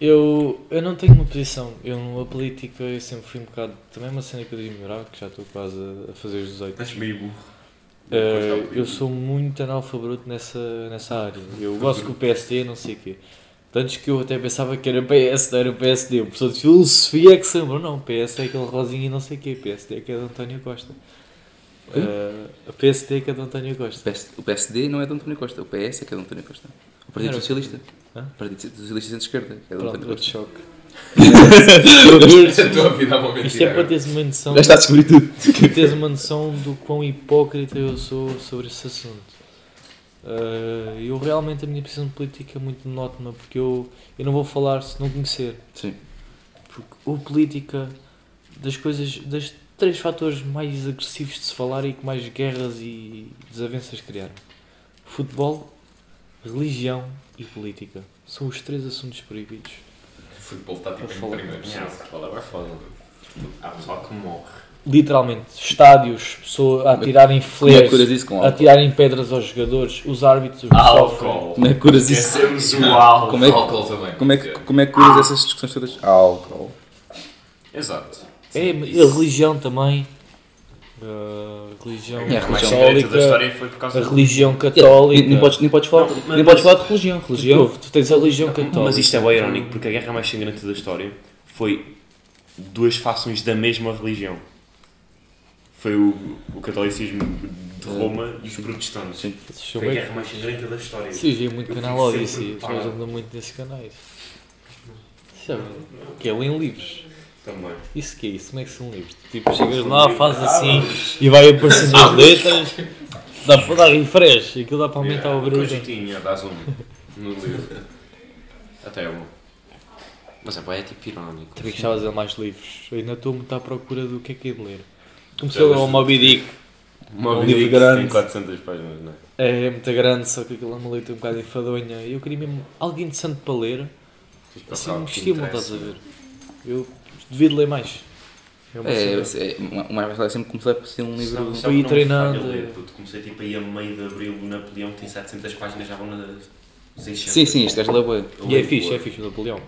[SPEAKER 4] Eu, eu não tenho uma posição. Eu, na política, eu sempre fui um bocado. Também é uma cena que eu devia melhorar, que já estou quase a- a fazer os 18.
[SPEAKER 5] Estás meio burro.
[SPEAKER 4] Eh, eu sou muito analfabeto nessa, nessa área.
[SPEAKER 2] Uhum.
[SPEAKER 4] Eu gosto que o PSD, não sei o quê. Tantos que eu até pensava que era PS, não era PSD. O professor de filosofia é que se lembrou, não. PS é aquele rosinho e não sei o quê. PSD é que é de António Costa. Eh, a PSD é que é de António
[SPEAKER 2] O
[SPEAKER 4] Costa.
[SPEAKER 2] PS O PSD não é de António Costa, o PS é que é de António Costa. O Partido
[SPEAKER 4] Era o-
[SPEAKER 2] Socialista.
[SPEAKER 4] Hã?
[SPEAKER 2] O Partido Socialista de Esquerda, que é de
[SPEAKER 4] Pronto,
[SPEAKER 2] António
[SPEAKER 4] outro
[SPEAKER 2] Costa.
[SPEAKER 4] choque.
[SPEAKER 3] A tua vida é uma mentira.
[SPEAKER 4] Isto é para teres uma noção.
[SPEAKER 2] Já está a descobrir tudo.
[SPEAKER 4] teres uma noção do quão hipócrita eu sou sobre esse assunto. Ah, eu realmente a minha posição política é muito monótona porque eu, eu não vou falar se não conhecer.
[SPEAKER 2] Sim.
[SPEAKER 4] Porque o política das coisas, das três fatores mais agressivos de se falar e que mais guerras e desavenças criaram. Futebol, religião e política. São os três assuntos proibidos.
[SPEAKER 3] Futebol está tipo
[SPEAKER 4] Vou
[SPEAKER 3] em
[SPEAKER 4] falar.
[SPEAKER 3] primeiro.
[SPEAKER 5] Não, fala, vai falar. Há Ah, pessoal que morre.
[SPEAKER 4] Literalmente, estádios, pessoas a atirarem
[SPEAKER 2] Como é que curas
[SPEAKER 4] flares,
[SPEAKER 2] isso com
[SPEAKER 4] a
[SPEAKER 2] álcool?
[SPEAKER 4] tirarem pedras aos jogadores, os árbitros sofrem.
[SPEAKER 5] Álcool.
[SPEAKER 2] Como é que curas isso?
[SPEAKER 5] Esquecemos o álcool.
[SPEAKER 2] Como é que,
[SPEAKER 3] Álcool também.
[SPEAKER 2] como é que, como é que curas essas discussões todas? Álcool.
[SPEAKER 3] Exato.
[SPEAKER 4] É, mas a religião também. A religião
[SPEAKER 2] É, a religião.
[SPEAKER 5] mais direita
[SPEAKER 4] católica,
[SPEAKER 5] da história foi por
[SPEAKER 4] a
[SPEAKER 5] causa do.
[SPEAKER 4] religião
[SPEAKER 2] Nem, nem,
[SPEAKER 4] católica. Tipo,
[SPEAKER 2] podes, nem, podes falar,
[SPEAKER 5] Não, mas-
[SPEAKER 2] nem podes falar de religião. Religião.
[SPEAKER 4] Tu, tu tens a religião católica.
[SPEAKER 5] Mas isto é bem irónico porque a guerra mais sangrenta da história foi duas fações da mesma religião. Foi o, o catolicismo de
[SPEAKER 4] É.
[SPEAKER 5] Roma e os protestantes.
[SPEAKER 2] Sim.
[SPEAKER 4] Deixa eu
[SPEAKER 5] Foi a
[SPEAKER 4] ver.
[SPEAKER 5] guerra mais sangrenta da história.
[SPEAKER 4] Sim, vi muito
[SPEAKER 5] Eu
[SPEAKER 4] canal
[SPEAKER 5] fico
[SPEAKER 4] Odyssey.
[SPEAKER 5] sempre
[SPEAKER 4] As pessoas
[SPEAKER 5] parado.
[SPEAKER 4] andam muito nesses canais. Sabe? Que é em livros.
[SPEAKER 5] Também.
[SPEAKER 4] Isso que é isso? Como é que são livros? Tipo, chegas lá, fazes assim e vai aparecendo
[SPEAKER 2] Ah,
[SPEAKER 4] as letras. Dá para dar refresh. e Aquilo dá para aumentar o brilho.
[SPEAKER 5] É, Cogitinha, dá zoom no livro. Até eu. Mas é, pá, é tipo irónico.
[SPEAKER 4] Também gostava de ler mais livros. Eu ainda estou muito à procura do que é que é de ler. Comecei a ler o Moby Dick.
[SPEAKER 5] Uma
[SPEAKER 4] Um
[SPEAKER 5] vida
[SPEAKER 4] livro
[SPEAKER 5] grande. Tem
[SPEAKER 4] grande.
[SPEAKER 5] 400 páginas, não é?
[SPEAKER 4] É, muito grande, só que aquilo é uma leitura um bocado enfadonha. Eu queria mesmo algo interessante para ler. Assim, um estímulo, estás a ver? Eu devia de ler mais. É uma
[SPEAKER 2] É,
[SPEAKER 4] cena.
[SPEAKER 2] é, o mais fácil é sempre começar por ser um livro.
[SPEAKER 4] Fui treinando.
[SPEAKER 5] Comecei tipo aí a meio de abril, o Napoleão tem 700 páginas, já vão na 600.
[SPEAKER 2] Sim, sim, este gajo leva.
[SPEAKER 4] E é fixe, é fixe, o Napoleão.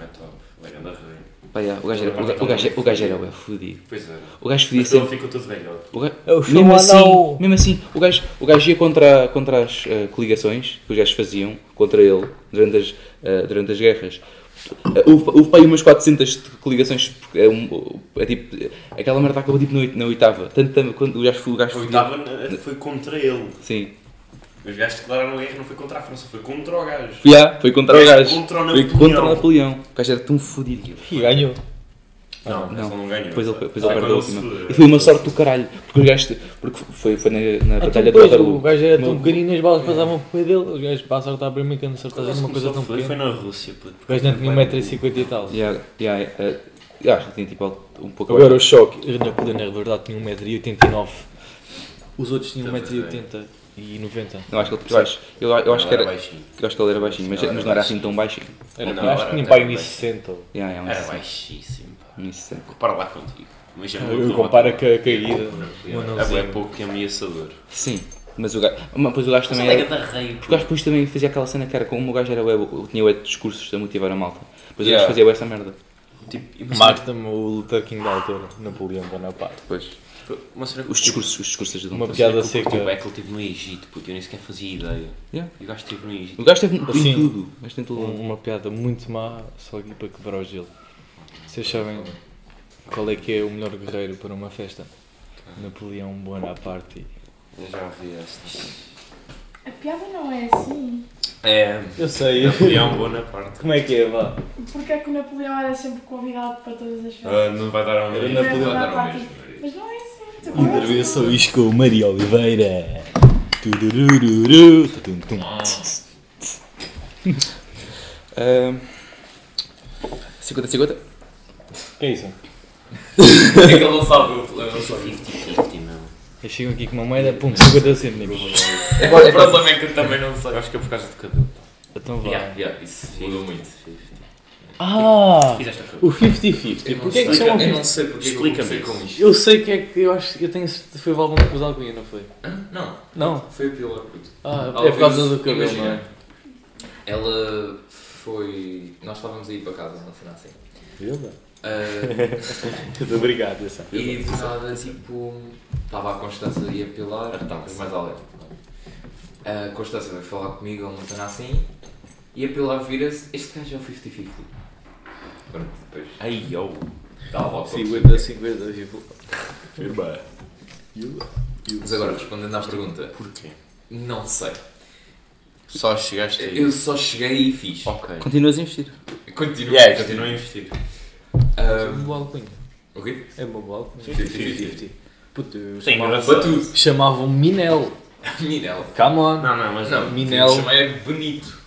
[SPEAKER 5] É top, vai andar bem.
[SPEAKER 2] Pá, yeah, o gajo era, o gajo- o gajo, é- o gajo era bué fudido.
[SPEAKER 5] Pois é.
[SPEAKER 2] O gajo fudia
[SPEAKER 5] Mas ele
[SPEAKER 2] sempre.
[SPEAKER 5] ficou todo velho.
[SPEAKER 2] O gajo,
[SPEAKER 4] Eu
[SPEAKER 2] mesmo,
[SPEAKER 4] chamo
[SPEAKER 2] assim,
[SPEAKER 4] anão.
[SPEAKER 2] mesmo assim, o gajo, o gajo ia contra, contra as eh, coligações que os gajos faziam contra ele durante as, eh, durante as guerras. Eh, Houve, houve para aí umas 400 de coligações, porque é, um- é tipo, eh, aquela merda acabou tipo na oit- na oitava. Tanto tam- quando o gajo, fu- o gajo
[SPEAKER 5] A
[SPEAKER 2] fudia-
[SPEAKER 5] oitava eh, foi contra ele.
[SPEAKER 2] Sim.
[SPEAKER 5] Os gajos declararam a guerra, não foi contra a França, foi contra o gajo.
[SPEAKER 2] Foi, ah, foi contra o
[SPEAKER 5] Foi
[SPEAKER 2] gajo.
[SPEAKER 4] um
[SPEAKER 5] contra o
[SPEAKER 2] foi
[SPEAKER 5] Napoleão.
[SPEAKER 2] contra o Napoleão. O gajo era tão fodido.
[SPEAKER 4] E ganhou.
[SPEAKER 5] Não, mas
[SPEAKER 2] não.
[SPEAKER 5] ele não ganhou.
[SPEAKER 2] Depois ele, depois
[SPEAKER 5] Ah,
[SPEAKER 2] ele perdeu a
[SPEAKER 5] quando ele
[SPEAKER 2] última.
[SPEAKER 5] se-
[SPEAKER 2] E foi uma sorte do caralho. Porque o gajo. Porque foi, foi na, na
[SPEAKER 4] Então,
[SPEAKER 2] Batalha de
[SPEAKER 4] depois, o
[SPEAKER 2] Waterloo.
[SPEAKER 4] gajo era tão
[SPEAKER 2] Meu-
[SPEAKER 4] pequenino, as balas passavam por pé dele. Os gajos para acertar a primeira que não acertaram uma coisa tão
[SPEAKER 5] foi, foi
[SPEAKER 4] pequena.
[SPEAKER 5] na Rússia, puto.
[SPEAKER 4] O gajo não
[SPEAKER 2] um
[SPEAKER 4] tinha 1,50m e tal.
[SPEAKER 2] Yeah, yeah, eh, eu acho que tinha tipo um pouco
[SPEAKER 4] Agora o choque. O Napoleão, na verdade, tinha 1,89m. Os outros tinham 1,80m e 90.
[SPEAKER 2] Não, acho que ele, eu, acho, eu, eu acho que era,
[SPEAKER 5] baixinho.
[SPEAKER 2] eu acho que ele era baixinho, mas, mas não era assim tão baixinho.
[SPEAKER 4] Era, acho
[SPEAKER 5] Não, era
[SPEAKER 4] que tinha um
[SPEAKER 5] até
[SPEAKER 4] pai
[SPEAKER 5] bem.
[SPEAKER 4] 1,60m.
[SPEAKER 2] Yeah, é um
[SPEAKER 5] Era
[SPEAKER 2] era
[SPEAKER 5] baixíssimo, pá.
[SPEAKER 2] um 60.
[SPEAKER 5] Compara lá contigo. Mas é
[SPEAKER 4] Eu
[SPEAKER 5] muito
[SPEAKER 4] comparo com a caída. Um
[SPEAKER 5] É
[SPEAKER 4] anãozinho.
[SPEAKER 5] bué pouco ameaçador.
[SPEAKER 2] Sim, mas o gajo, mas depois o gajo também
[SPEAKER 5] Ele é
[SPEAKER 2] era,
[SPEAKER 5] da rei,
[SPEAKER 2] porque o gajo depois também fazia aquela cena que era como o gajo era, web, tinha web discursos a motivar a malta. Depois o
[SPEAKER 3] Yeah.
[SPEAKER 2] gajo fazia bué essa merda.
[SPEAKER 5] Tipo,
[SPEAKER 4] Mata-me o Luther King da altura, Napoleão Bonaparte.
[SPEAKER 2] Depois,
[SPEAKER 5] uma cena
[SPEAKER 2] os discursos, os discursos ajudam.
[SPEAKER 4] Uma
[SPEAKER 2] tanto.
[SPEAKER 4] piada
[SPEAKER 5] que eu
[SPEAKER 4] seca.
[SPEAKER 5] curto bué é que ele esteve no Egito, puto, eu nem sequer fazia ideia.
[SPEAKER 2] Yeah.
[SPEAKER 5] E o gajo esteve no Egito.
[SPEAKER 2] O gajo teve em
[SPEAKER 4] Assim,
[SPEAKER 2] tudo. O gajo tem tudo.
[SPEAKER 4] Um- Uma piada muito má, só aqui para quebrar o gelo. Vocês sabem qual é que é o melhor guerreiro para uma festa? Napoleão Bonaparte.
[SPEAKER 5] Eu já ouvi esta.
[SPEAKER 6] A piada não é assim.
[SPEAKER 5] É,
[SPEAKER 4] Eu sei.
[SPEAKER 5] Napoleão Bonaparte.
[SPEAKER 4] Como é que é, vá?
[SPEAKER 6] Porque é que o Napoleão era sempre convidado para todas as festas?
[SPEAKER 5] Ah, não vai dar ao mesmo.
[SPEAKER 6] Não é
[SPEAKER 4] Napoleão
[SPEAKER 3] era
[SPEAKER 6] verdade,
[SPEAKER 3] o
[SPEAKER 6] Pátio.
[SPEAKER 3] mesmo.
[SPEAKER 6] Mas não é assim. tu
[SPEAKER 4] Intervenção isto com o Maria Oliveira. Tudurururu. Tum, tum.
[SPEAKER 2] Ahm, 50-50?
[SPEAKER 4] Que é isso?
[SPEAKER 3] É que ele não sabe, eu não sabe.
[SPEAKER 5] 50-50, meu.
[SPEAKER 4] Eu chego aqui com uma moeda, pum, 50 cêntimos.
[SPEAKER 3] O problema é que eu também não sei.
[SPEAKER 5] Eu acho que é por causa do cabelo.
[SPEAKER 4] Então vá.
[SPEAKER 3] Yeah, yeah, isso um. mudou muito.
[SPEAKER 4] Ah!
[SPEAKER 5] Fizeste a cabelo.
[SPEAKER 4] O 50-50. Porquê é que chamam
[SPEAKER 3] Eu
[SPEAKER 4] 50
[SPEAKER 3] não sei porque
[SPEAKER 5] Explica-me
[SPEAKER 3] eu comecei com isto.
[SPEAKER 4] Eu sei que é que eu acho eu tenho certeza foi o Valbom que usou alguém, não foi?
[SPEAKER 3] Não,
[SPEAKER 4] Não.
[SPEAKER 3] foi a Pilar. puto.
[SPEAKER 4] Ah,
[SPEAKER 3] Ela
[SPEAKER 4] é por causa
[SPEAKER 3] fez-
[SPEAKER 4] do cabelo,
[SPEAKER 3] imagina.
[SPEAKER 4] não é?
[SPEAKER 3] Ela foi. Nós estávamos aí para casa, não sei lá assim.
[SPEAKER 4] Vilma?
[SPEAKER 3] Ah,
[SPEAKER 4] Obrigado, essa.
[SPEAKER 3] e do nada, tipo, estava a Constança e a Pilar, estávamos mais alegre. A Constança veio falar comigo, ela não cena assim, e a Pilar vira-se: Este gajo é o 50-50. Pronto, depois
[SPEAKER 5] Ai, eu.
[SPEAKER 3] dá a volta.
[SPEAKER 4] 50, 50, vivo.
[SPEAKER 3] Mas agora, respondendo à pergunta,
[SPEAKER 5] Porquê?
[SPEAKER 3] não sei.
[SPEAKER 1] Só chegaste aí.
[SPEAKER 3] Eu só cheguei e fiz.
[SPEAKER 5] Ok.
[SPEAKER 2] Continuas a investir.
[SPEAKER 3] Continuo.
[SPEAKER 5] Yeah, continua a investir.
[SPEAKER 4] É uma
[SPEAKER 3] Ah,
[SPEAKER 4] boa alcunha.
[SPEAKER 3] o quê?
[SPEAKER 4] É uma boa alcunha.
[SPEAKER 3] 50-50.
[SPEAKER 4] Puto, eu
[SPEAKER 5] Sim,
[SPEAKER 4] chamava-
[SPEAKER 5] engraçado.
[SPEAKER 4] chamavam Minel.
[SPEAKER 3] Minel.
[SPEAKER 4] Come on.
[SPEAKER 5] Não, não, mas
[SPEAKER 3] Não,
[SPEAKER 4] Minel.
[SPEAKER 3] Minel.
[SPEAKER 5] é
[SPEAKER 3] Chamei bonito.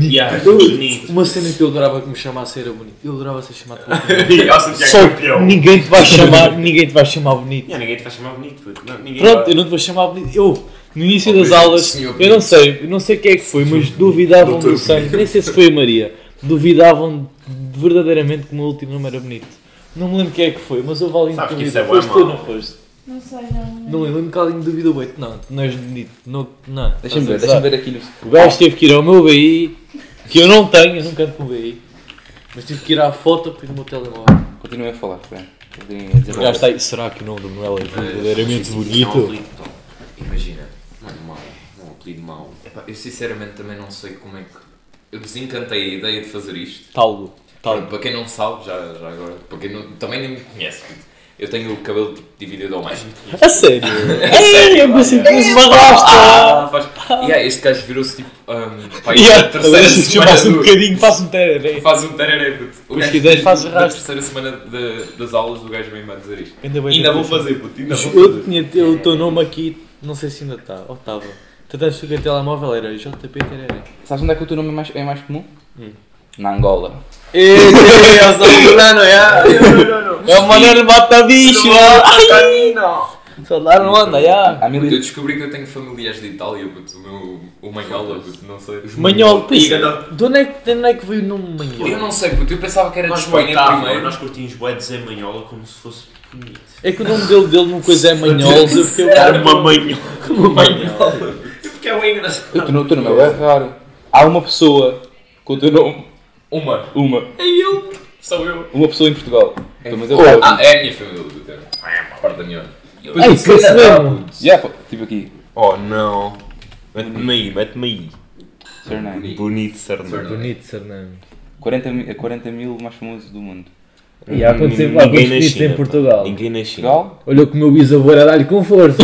[SPEAKER 5] Yeah, bonito.
[SPEAKER 4] Uma cena que eu adorava que me chamasse era bonito. Eu adorava ser chamado bonito.
[SPEAKER 5] Nossa, que é campeão.
[SPEAKER 4] ninguém te vai chamar, ninguém te vai chamar bonito.
[SPEAKER 5] Yeah, ninguém te vai chamar bonito. puto. Não, ninguém
[SPEAKER 4] Pronto,
[SPEAKER 5] vai.
[SPEAKER 4] eu não te vou chamar bonito. Eu, no início das
[SPEAKER 3] Senhor
[SPEAKER 4] aulas,
[SPEAKER 3] bonito.
[SPEAKER 4] eu não sei, eu não sei quem é que foi, mas duvidavam do sangue, nem sei se foi a Maria, duvidavam de- verdadeiramente que o meu último nome era bonito. Não me lembro quem é que foi, mas houve alguém
[SPEAKER 5] Sabes que
[SPEAKER 4] me
[SPEAKER 5] isso é bué
[SPEAKER 4] foste tu ou
[SPEAKER 5] mau.
[SPEAKER 4] não foste?
[SPEAKER 6] Não sei, não.
[SPEAKER 4] Não, eu lembro que alguém duvidou, bem, não, tu não és bonito, não, não.
[SPEAKER 2] Deixa-me ver,
[SPEAKER 4] estás a
[SPEAKER 2] deixa-me
[SPEAKER 4] gozar."
[SPEAKER 2] ver aqui no.
[SPEAKER 4] O gajo teve que ir ao meu BI, que eu não tenho, eu não canto com o BI, mas tive que ir à foto para ir no meu telemóvel.
[SPEAKER 2] Continua a falar, espera. Continuem a
[SPEAKER 4] O gajo
[SPEAKER 2] desenvolver.
[SPEAKER 4] está aí, será que o nome do Manuel é verdadeiramente
[SPEAKER 5] Isso é um
[SPEAKER 4] bonito?
[SPEAKER 5] apelido, Tom.
[SPEAKER 3] Imagina.
[SPEAKER 5] Mano, mau. É um apelido mau.
[SPEAKER 3] Epá, eu sinceramente também não sei como é que. Eu desencantei a ideia de fazer isto.
[SPEAKER 4] Talgo.
[SPEAKER 3] Pronto,
[SPEAKER 4] Talgo.
[SPEAKER 3] para quem não sabe, já, já agora, para quem não, também nem me conhece, puto, eu tenho o cabelo tipo, dividido ao meio.
[SPEAKER 4] A sério? Ei, eu me sinto uma rasta!
[SPEAKER 3] Ah, faz... yeah, este gajo virou-se tipo. Um, pá,
[SPEAKER 4] E é,
[SPEAKER 3] yeah,
[SPEAKER 4] a
[SPEAKER 3] terceira
[SPEAKER 2] é
[SPEAKER 3] semana.
[SPEAKER 4] um
[SPEAKER 3] do-
[SPEAKER 4] bocadinho, faço um tereré.
[SPEAKER 3] Faz um tereré, puto. O
[SPEAKER 4] Mas
[SPEAKER 3] gajo
[SPEAKER 4] quiseres,
[SPEAKER 3] diz-
[SPEAKER 4] fazes
[SPEAKER 3] Na
[SPEAKER 4] rastro.
[SPEAKER 3] terceira semana de- das aulas, o gajo vem-me a dizer isto.
[SPEAKER 4] Ainda bem
[SPEAKER 3] Ainda
[SPEAKER 4] que
[SPEAKER 3] vou
[SPEAKER 4] eu-
[SPEAKER 3] fazer, puto, ainda vou
[SPEAKER 4] é. Eu
[SPEAKER 3] fazer.
[SPEAKER 4] tinha eu- o teu nome aqui, não sei se ainda tá. Oh, está, ou estava. Tu tens que o telemóvel era JP Tereré.
[SPEAKER 2] Sabes onde é que o teu nome é mais, é mais comum?
[SPEAKER 4] Hum.
[SPEAKER 2] Na Angola.
[SPEAKER 4] Ei, eu sou fulano, já! É o maneiro mata bicho, Só dar onda, já!
[SPEAKER 2] Há mil
[SPEAKER 3] Puto,
[SPEAKER 2] e-
[SPEAKER 3] Eu descobri que eu tenho familiares de Itália, puto, o meu. O Manhola, puto, não sei.
[SPEAKER 4] Manhol,
[SPEAKER 5] E
[SPEAKER 4] pensa,
[SPEAKER 5] ganda-
[SPEAKER 4] de onde é que- de onde é que veio o nome
[SPEAKER 3] Eu
[SPEAKER 4] Manhol?
[SPEAKER 3] não sei, puto, eu pensava que era de
[SPEAKER 5] Nós
[SPEAKER 3] Espanha
[SPEAKER 5] coitava,
[SPEAKER 3] primeiro.
[SPEAKER 5] nós curtimos bué de dizer manhola como se fosse bonito.
[SPEAKER 4] É que o nome dele, dele numa coisa é Manhol, eu fiquei
[SPEAKER 5] Era uma manhola.
[SPEAKER 4] uma Manhol.
[SPEAKER 5] Porque é o engraçado.
[SPEAKER 2] O teu nome- o teu nome é raro. Há uma pessoa com o teu nome.
[SPEAKER 3] Uma.
[SPEAKER 2] Uma.
[SPEAKER 3] É ele. Sou eu.
[SPEAKER 2] Uma pessoa em Portugal. Então, mas eu
[SPEAKER 3] Ah, é a minha família do Pedro. É uma parte da minha.
[SPEAKER 4] Ei, que é mesmo?
[SPEAKER 2] Yeah, pô, tipo aqui.
[SPEAKER 5] Oh não. Mete-me aí, mete-me aí.
[SPEAKER 2] Surname.
[SPEAKER 5] Bonito Sernão.
[SPEAKER 3] Sernão.
[SPEAKER 4] Bonito, Fernando.
[SPEAKER 2] 40 mil, é 40 mil mais famosos do mundo.
[SPEAKER 4] E há quanto tempo há
[SPEAKER 5] Ninguém na
[SPEAKER 4] bonitos
[SPEAKER 5] China,
[SPEAKER 4] em
[SPEAKER 5] pá.
[SPEAKER 4] Portugal?
[SPEAKER 5] Ninguém na China.
[SPEAKER 2] Portugal?
[SPEAKER 4] Olhou que o meu bisavô era dar-lhe com força.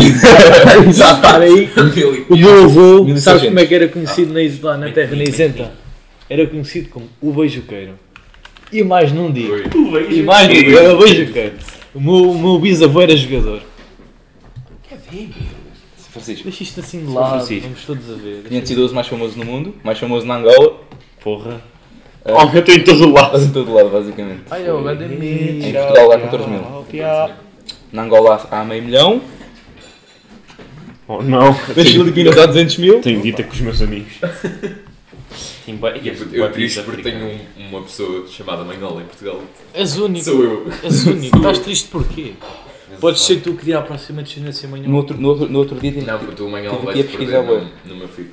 [SPEAKER 4] Já para aí. O meu avô, sabes como é que era conhecido na is- lá na terra, na isenta? Era conhecido como o beijoqueiro. E mais não digo. E mais não digo, era o beijoqueiro. O meu, o meu bisavô era jogador.
[SPEAKER 2] São Francisco.
[SPEAKER 4] Deixa isto assim de lado,
[SPEAKER 5] Francisco.
[SPEAKER 4] vamos todos a ver.
[SPEAKER 2] 512 mais famoso no mundo, mais famoso na Angola,
[SPEAKER 5] Porra.
[SPEAKER 2] É.
[SPEAKER 5] Oh, eu estou em todo o lado.
[SPEAKER 2] quase em todo lado, basicamente.
[SPEAKER 4] Ai, oh, eu agora
[SPEAKER 2] Em Portugal há 14 mil. Na Angola há- há meio milhão,
[SPEAKER 5] Oh não.
[SPEAKER 2] nas Filipinas há 200 mil.
[SPEAKER 5] Tenho dita com os meus amigos. Tenho bué-
[SPEAKER 3] Eu, eu,
[SPEAKER 5] bué
[SPEAKER 3] triste
[SPEAKER 5] de
[SPEAKER 3] porque
[SPEAKER 5] africanos.
[SPEAKER 3] tenho um- uma pessoa chamada Manhola em Portugal.
[SPEAKER 4] És único,
[SPEAKER 3] Sou eu.
[SPEAKER 4] és único. Estás triste porquê? Podes ser tu que dia a próxima descendência amanhã.
[SPEAKER 2] No outro, no outro, no outro dia tem.
[SPEAKER 3] Não, porque o Manhola
[SPEAKER 2] Tive
[SPEAKER 3] vai
[SPEAKER 2] que ir
[SPEAKER 3] se
[SPEAKER 2] pesquisar
[SPEAKER 3] perder
[SPEAKER 2] o
[SPEAKER 3] no,
[SPEAKER 2] web.
[SPEAKER 3] no meu filho.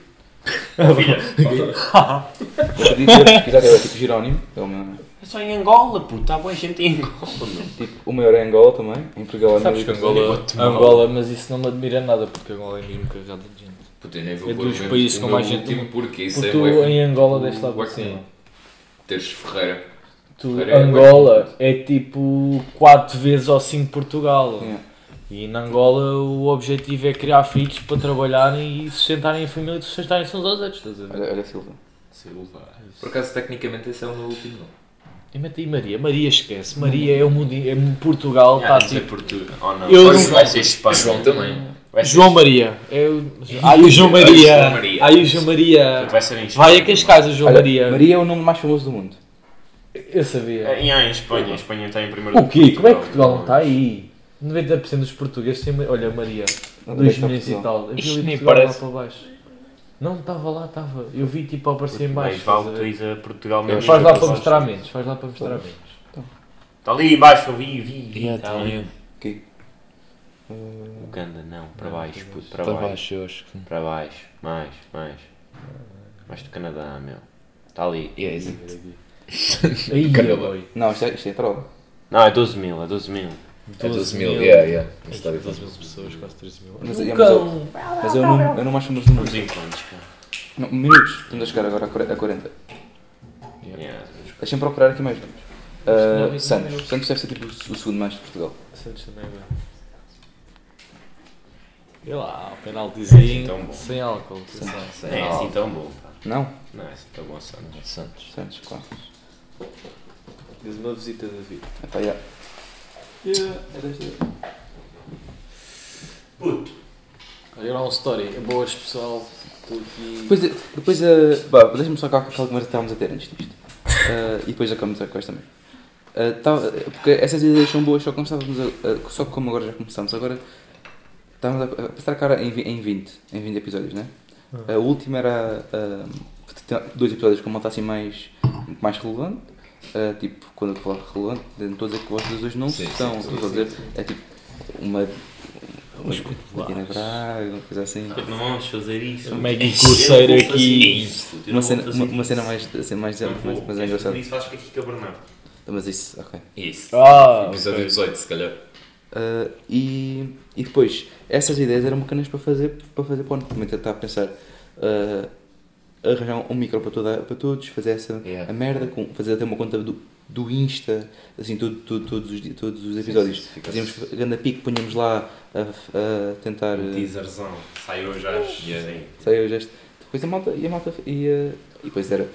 [SPEAKER 2] Outro dia tive a pesquisar, era tipo Jerónimo, é o meu nome.
[SPEAKER 5] É só em Angola, puto. Há boa gente em Angola, meu.
[SPEAKER 2] Tipo, o maior é Angola também, em Portugal há
[SPEAKER 4] Sabes
[SPEAKER 2] mil
[SPEAKER 3] que
[SPEAKER 2] e-
[SPEAKER 3] Angola.
[SPEAKER 4] Angola, mas isso não me admira nada, porque Angola é mesmo carregada de gente.
[SPEAKER 3] Puta, eu nem vou
[SPEAKER 4] É
[SPEAKER 3] pôr
[SPEAKER 4] dos
[SPEAKER 3] o meu-
[SPEAKER 4] países
[SPEAKER 3] o
[SPEAKER 4] com
[SPEAKER 3] meu
[SPEAKER 4] mais gente do
[SPEAKER 3] último, Porque isso
[SPEAKER 4] Porque
[SPEAKER 3] é
[SPEAKER 4] tu
[SPEAKER 3] bué-
[SPEAKER 4] em Angola deste lado
[SPEAKER 3] bué
[SPEAKER 4] para cima.
[SPEAKER 3] comum. Teres Ferreira.
[SPEAKER 4] Tu,
[SPEAKER 3] Ferreira é
[SPEAKER 4] Angola é tipo 4 vezes ou 5 Portugal.
[SPEAKER 2] Yeah.
[SPEAKER 4] E na Angola o objetivo é criar filhos para trabalharem e sustentarem a família e sustentarem-se uns aos outros, estás a ver?
[SPEAKER 2] Olha, olha Silva.
[SPEAKER 3] Por acaso, tecnicamente, esse é o meu último nome.
[SPEAKER 4] E mete aí Maria, Maria esquece. Maria é o mundo, é um Portugal, está
[SPEAKER 5] Ah, isso é
[SPEAKER 4] tipo.
[SPEAKER 5] Portugal. Oh não.
[SPEAKER 4] Eu
[SPEAKER 5] Pois
[SPEAKER 4] não-
[SPEAKER 5] vai ser Espanha.
[SPEAKER 3] João
[SPEAKER 4] Hum,
[SPEAKER 3] também.
[SPEAKER 5] Vai ser-
[SPEAKER 4] João Maria. É o... Ai o João Maria!
[SPEAKER 3] Maria.
[SPEAKER 4] Ai o João Maria!
[SPEAKER 5] Vai ser em Espanha.
[SPEAKER 4] Vai é a Cascais o João
[SPEAKER 2] Olha,
[SPEAKER 4] Maria.
[SPEAKER 2] Maria é o nome mais famoso do mundo.
[SPEAKER 4] Eu sabia.
[SPEAKER 5] É, é, em Espanha. A Espanha está em primeiro
[SPEAKER 4] O quê? Como é que Portugal não está aí? 90% dos portugueses têm. Olha, Maria,
[SPEAKER 2] Onde é que
[SPEAKER 4] 2
[SPEAKER 2] está
[SPEAKER 4] milhões e
[SPEAKER 2] Portugal?
[SPEAKER 4] tal.
[SPEAKER 5] Isto
[SPEAKER 4] Aquilo
[SPEAKER 5] nem
[SPEAKER 4] em Portugal
[SPEAKER 5] parece.
[SPEAKER 4] lá para baixo. Não, estava lá, estava. Eu vi tipo aparecer em
[SPEAKER 5] Mas
[SPEAKER 4] baixo.
[SPEAKER 5] vá
[SPEAKER 4] estás a ver?
[SPEAKER 5] utiliza Portugal mesmo.
[SPEAKER 4] Faz lá para
[SPEAKER 5] Outras horas.
[SPEAKER 4] mostrar menos, faz lá para mostrar menos.
[SPEAKER 5] Está tá ali embaixo, eu vi, vi, vi.
[SPEAKER 1] Yeah,
[SPEAKER 5] Está
[SPEAKER 1] tá
[SPEAKER 5] ali.
[SPEAKER 2] Ok.
[SPEAKER 5] Uganda, não, para
[SPEAKER 4] Não,
[SPEAKER 5] baixo,
[SPEAKER 4] para
[SPEAKER 5] puto,
[SPEAKER 4] baixo.
[SPEAKER 5] para baixo.
[SPEAKER 1] eu acho que.
[SPEAKER 5] Para baixo, mais, mais. Mais do Canadá, meu. Está ali.
[SPEAKER 2] É, exato.
[SPEAKER 4] Aí,
[SPEAKER 3] Caramba.
[SPEAKER 4] boy.
[SPEAKER 2] Não, isto é, isto é troll.
[SPEAKER 5] Não, é 12 mil, é 12 mil.
[SPEAKER 3] É 12 mil, yeah, yeah. Um estádio
[SPEAKER 4] 12 mil
[SPEAKER 3] com-
[SPEAKER 4] pessoas, quase 13 mil.
[SPEAKER 2] Mas, é, mas, eu, mas eu, não, eu não acho nos números.
[SPEAKER 5] Vamos em quantos, pá?
[SPEAKER 2] Não, minutos. Estamos a chegar agora a 40. a 40.
[SPEAKER 5] Yeah, vamos-
[SPEAKER 2] Deixem-me procurar aqui mais números. Ah,
[SPEAKER 4] Não, isso não é
[SPEAKER 2] Santos.
[SPEAKER 4] o-
[SPEAKER 2] Santos deve ser tipo o segundo mais de Portugal.
[SPEAKER 4] Santos também é bem. E lá, o penaltizinho
[SPEAKER 5] Então, bom.
[SPEAKER 4] sem álcool. atenção.
[SPEAKER 5] Não é assim tão bom, pá.
[SPEAKER 2] Não?
[SPEAKER 5] Não é assim tão bom, Santos.
[SPEAKER 3] Santos.
[SPEAKER 2] Santos, claro.
[SPEAKER 4] Diz uma visita da vida.
[SPEAKER 2] Epá, yeah.
[SPEAKER 4] Olha lá um story. Boas pessoal, estou aqui.
[SPEAKER 2] Depois, depois a. Bah, deixa-me só acabar com aquela conversa que estávamos a ter antes disto. Ah, e depois acabamos com esta mesmo. Ah, tá- porque essas ideias são boas, só como estávamos a- a- só como agora já começámos. Agora estávamos a, a passar a cara em, vi- em 20, em 20 episódios, né? A última era ah, t- dois episódios com uma assim mais, mais relevante. Ah, tipo, quando eu falo relevante, não estou a dizer que vocês dois não
[SPEAKER 3] Sim, sim,
[SPEAKER 2] são.
[SPEAKER 3] sim,
[SPEAKER 2] estou a
[SPEAKER 3] sim, Um
[SPEAKER 2] dizer, é tipo uma. Uma Martina Braga, uma coisa assim.
[SPEAKER 3] Ah.
[SPEAKER 5] Não vamos fazer isso.
[SPEAKER 4] Mega
[SPEAKER 5] Eu
[SPEAKER 4] curseiro
[SPEAKER 5] vou fazer
[SPEAKER 4] aqui.
[SPEAKER 5] isso, eu não
[SPEAKER 2] Uma
[SPEAKER 5] vou
[SPEAKER 2] cena,
[SPEAKER 5] fazer
[SPEAKER 2] uma, uma cena
[SPEAKER 5] isso.
[SPEAKER 2] mais, assim, mais,
[SPEAKER 5] Não
[SPEAKER 2] mais,
[SPEAKER 5] vou.
[SPEAKER 2] mais engraçada. Então,
[SPEAKER 5] Isso acho que aqui que é o Bernardo.
[SPEAKER 2] Mas isso, ok.
[SPEAKER 5] Isso.
[SPEAKER 4] Ah!
[SPEAKER 3] Episódio 18, se calhar.
[SPEAKER 2] Ah, e, e depois, essas ideias eram bacanas para fazer para fazer para o ano. Também estava a pensar ah, arranjar um micro para, toda, para todos, fazer essa
[SPEAKER 3] Yeah.
[SPEAKER 2] a merda, com, fazer até uma conta do, do Insta, assim, tudo, tudo- todos, os, di- todos os episódios.
[SPEAKER 3] sim, fica-
[SPEAKER 2] Fazíamos grande pico, punhamos lá a, a tentar.
[SPEAKER 5] Um
[SPEAKER 2] ah,
[SPEAKER 5] teaserzão. Sai hoje às.
[SPEAKER 2] é-
[SPEAKER 5] Yeah.
[SPEAKER 2] Saiu o gesto. Depois a malta, e a malta ia. E depois era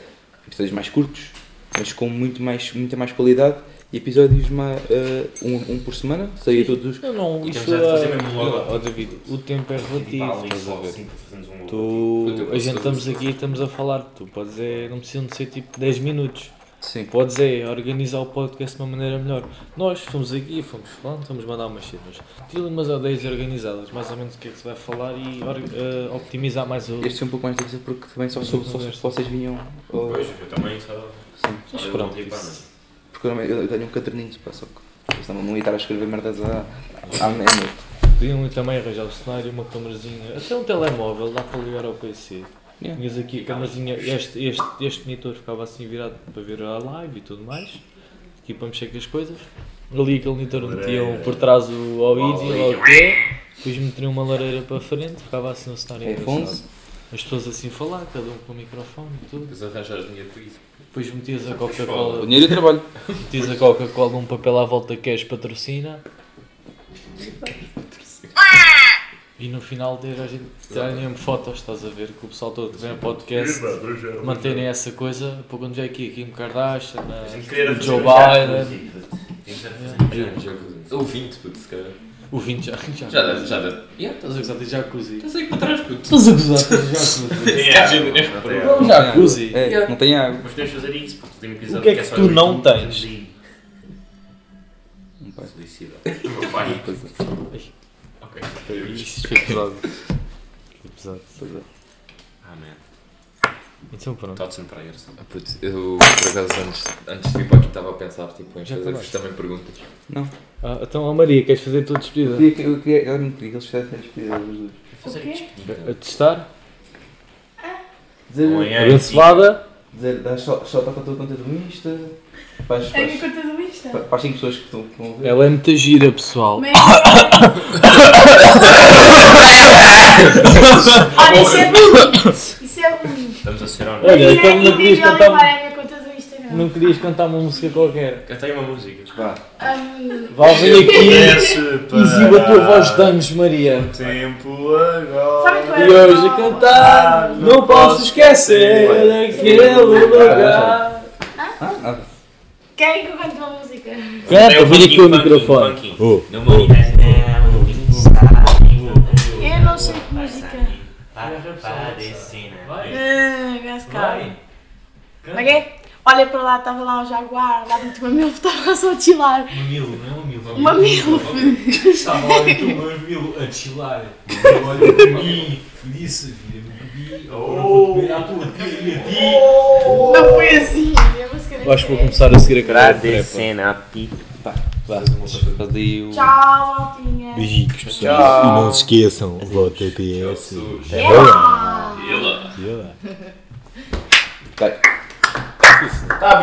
[SPEAKER 2] episódios mais curtos, mas com muito mais, muita mais qualidade. E episódios ma- eh, um, um por semana, saía todos os.
[SPEAKER 4] Não, não,
[SPEAKER 5] E
[SPEAKER 4] isso
[SPEAKER 5] temos de fazer
[SPEAKER 4] é.
[SPEAKER 5] mesmo logo.
[SPEAKER 4] Não, ó, David, o tempo é
[SPEAKER 5] Tipo,
[SPEAKER 4] relativo, estás a
[SPEAKER 5] assim
[SPEAKER 4] ver?
[SPEAKER 5] Tu...
[SPEAKER 3] O teu
[SPEAKER 5] é
[SPEAKER 4] Tu, a
[SPEAKER 3] posto
[SPEAKER 4] gente estamos
[SPEAKER 3] sobre-
[SPEAKER 4] aqui e estamos a falar, tu podes é, não precisam de ser tipo 10 minutos,
[SPEAKER 2] Sim.
[SPEAKER 4] podes é organizar o podcast de uma maneira melhor. Nós fomos aqui, fomos falando, fomos mandar umas cenas, tira umas ideias organizadas, mais ou menos o que é que se vai falar e or- eh, optimizar mais o.
[SPEAKER 2] Este é um pouco mais difícil porque também só soube só, soube que vocês vinham. oh,
[SPEAKER 5] Pois, eu também só.
[SPEAKER 2] sim.
[SPEAKER 5] só
[SPEAKER 4] Mas
[SPEAKER 5] eu
[SPEAKER 4] pronto,
[SPEAKER 5] digo, pá, não.
[SPEAKER 4] isso-
[SPEAKER 2] Porque eu, eu tenho um caderninho, pá, só que. senão Não ia estar a escrever merdas à, à meia-noite.
[SPEAKER 4] Podiam também arranjar o cenário, uma câmerazinha, até um telemóvel, dá para ligar ao PC.
[SPEAKER 2] Yeah.
[SPEAKER 4] Tinhas aqui a câmerazinha, este, este, este monitor ficava assim virado para ver a live e tudo mais, aqui para mexer com as coisas. Ali aquele monitor metiam por trás o ouvido e lá o que é, depois metiam uma lareira para a frente, ficava assim um cenário engraçado.
[SPEAKER 2] iPhones,
[SPEAKER 4] As pessoas assim a falar, cada um com o microfone e tudo.
[SPEAKER 3] Depois arranjas dinheiro por isso.
[SPEAKER 4] Depois metias a Coca-Cola,
[SPEAKER 2] dinheiro e trabalho.
[SPEAKER 4] metias a Coca-Cola num papel à volta que és patrocina. E no final ter a gente tirarem mesmo fotos, estás a ver, que o pessoal todo vem ao podcast,
[SPEAKER 5] é
[SPEAKER 4] manterem essa coisa, para quando vier aqui, Kim Kardashian, a-
[SPEAKER 5] A gente queria era
[SPEAKER 4] o
[SPEAKER 5] fazer
[SPEAKER 4] Joe
[SPEAKER 5] um chat,
[SPEAKER 4] Biden,
[SPEAKER 5] mas isso- isso-
[SPEAKER 3] Ou 20, puto, se calhar.
[SPEAKER 4] o Vinci, já,
[SPEAKER 3] Já
[SPEAKER 4] já,
[SPEAKER 3] dá, já dá. Yeah,
[SPEAKER 4] estás a gozar de jacuzzi.
[SPEAKER 3] estás aí para trás, puto.
[SPEAKER 4] Estás a gozar de jacuzzi.
[SPEAKER 5] Yeah,
[SPEAKER 3] gente,
[SPEAKER 5] não tem água.
[SPEAKER 2] Não tem água.
[SPEAKER 4] Jacuzzi?
[SPEAKER 2] É, Não tem água.
[SPEAKER 5] Mas podemos fazer isso, porque tem um
[SPEAKER 4] O
[SPEAKER 5] episódio
[SPEAKER 4] que é que
[SPEAKER 5] só
[SPEAKER 4] tu
[SPEAKER 5] eu e
[SPEAKER 4] não
[SPEAKER 5] tu,
[SPEAKER 4] tens?
[SPEAKER 5] e-
[SPEAKER 2] Não vai.
[SPEAKER 5] Felicidade. Meu pai. Ok.
[SPEAKER 4] Isto foi pesado. Foi pesado.
[SPEAKER 5] Amém.
[SPEAKER 4] Então pronto.
[SPEAKER 5] Thoughts and prayers.
[SPEAKER 3] Ah, puto, eu por acaso antes, antes de vir para aqui estava a pensar tipo, em
[SPEAKER 4] Já
[SPEAKER 3] fazer-vos
[SPEAKER 4] acabaste?
[SPEAKER 3] também perguntas.
[SPEAKER 4] Ah, então, ó Maria, queres fazer a tua despedida?
[SPEAKER 2] Queria que- Eu queria, eu não queria que eles fizessem a despedida dos dois.
[SPEAKER 6] O quê?
[SPEAKER 4] A testar?
[SPEAKER 2] Dizer-
[SPEAKER 4] É, Abençoada?
[SPEAKER 2] Dizer, dá só, só toca a tua conta do Insta, para as,
[SPEAKER 6] Tenho conta do Insta.
[SPEAKER 2] para- para as cinco pessoas que estão que vão ver.
[SPEAKER 4] Ela é muito gira, pessoal.
[SPEAKER 6] Como é que é? Olha, isso é bonito. Isso é bonito.
[SPEAKER 5] Estamos a ser honestos.
[SPEAKER 4] Olha, então
[SPEAKER 6] Maria
[SPEAKER 4] não podias
[SPEAKER 6] Ingrid
[SPEAKER 4] cantar-
[SPEAKER 6] Oliveira é a minha conta do Instagram.
[SPEAKER 4] Não querias cantar uma música qualquer.
[SPEAKER 5] Eu tenho uma música.
[SPEAKER 2] Vá,
[SPEAKER 6] Ahm,
[SPEAKER 4] Vá vir aqui.
[SPEAKER 5] Desce
[SPEAKER 4] Exiba a tua
[SPEAKER 5] para
[SPEAKER 4] voz de anos, Maria.
[SPEAKER 5] Tempo agora.
[SPEAKER 6] sabe qual
[SPEAKER 4] E
[SPEAKER 6] é
[SPEAKER 4] hoje a
[SPEAKER 6] o-
[SPEAKER 4] cantar, não posso esquecer
[SPEAKER 5] é?
[SPEAKER 4] aquele lugar.
[SPEAKER 2] ah, nada.
[SPEAKER 6] Querem é que eu cante uma música?
[SPEAKER 5] é
[SPEAKER 4] Canta, eu vim aqui o microfone.
[SPEAKER 5] Não me
[SPEAKER 6] Eu não sei que música. Ah, gás caro. Ok? Olha para lá, estava lá um jaguar, lá dentro de uma milf, estava só a chilar.
[SPEAKER 4] Mamilo, não é mamilo.
[SPEAKER 6] Uma milf.
[SPEAKER 4] Estava lá então o mamilo a chilar. Eu olho para mim, disse, vira-me agora vou comer à tua tia e a ti.
[SPEAKER 6] Não foi assim. Eu vou sequer-
[SPEAKER 4] Eu acho que vou começar a seguir a cara.
[SPEAKER 2] Faz daí o.
[SPEAKER 6] Tchau, Altinha.
[SPEAKER 7] Beijinhos, pessoal. E não se esqueçam, voto é PS. E
[SPEAKER 6] Yeah.
[SPEAKER 7] olá.
[SPEAKER 2] Vai.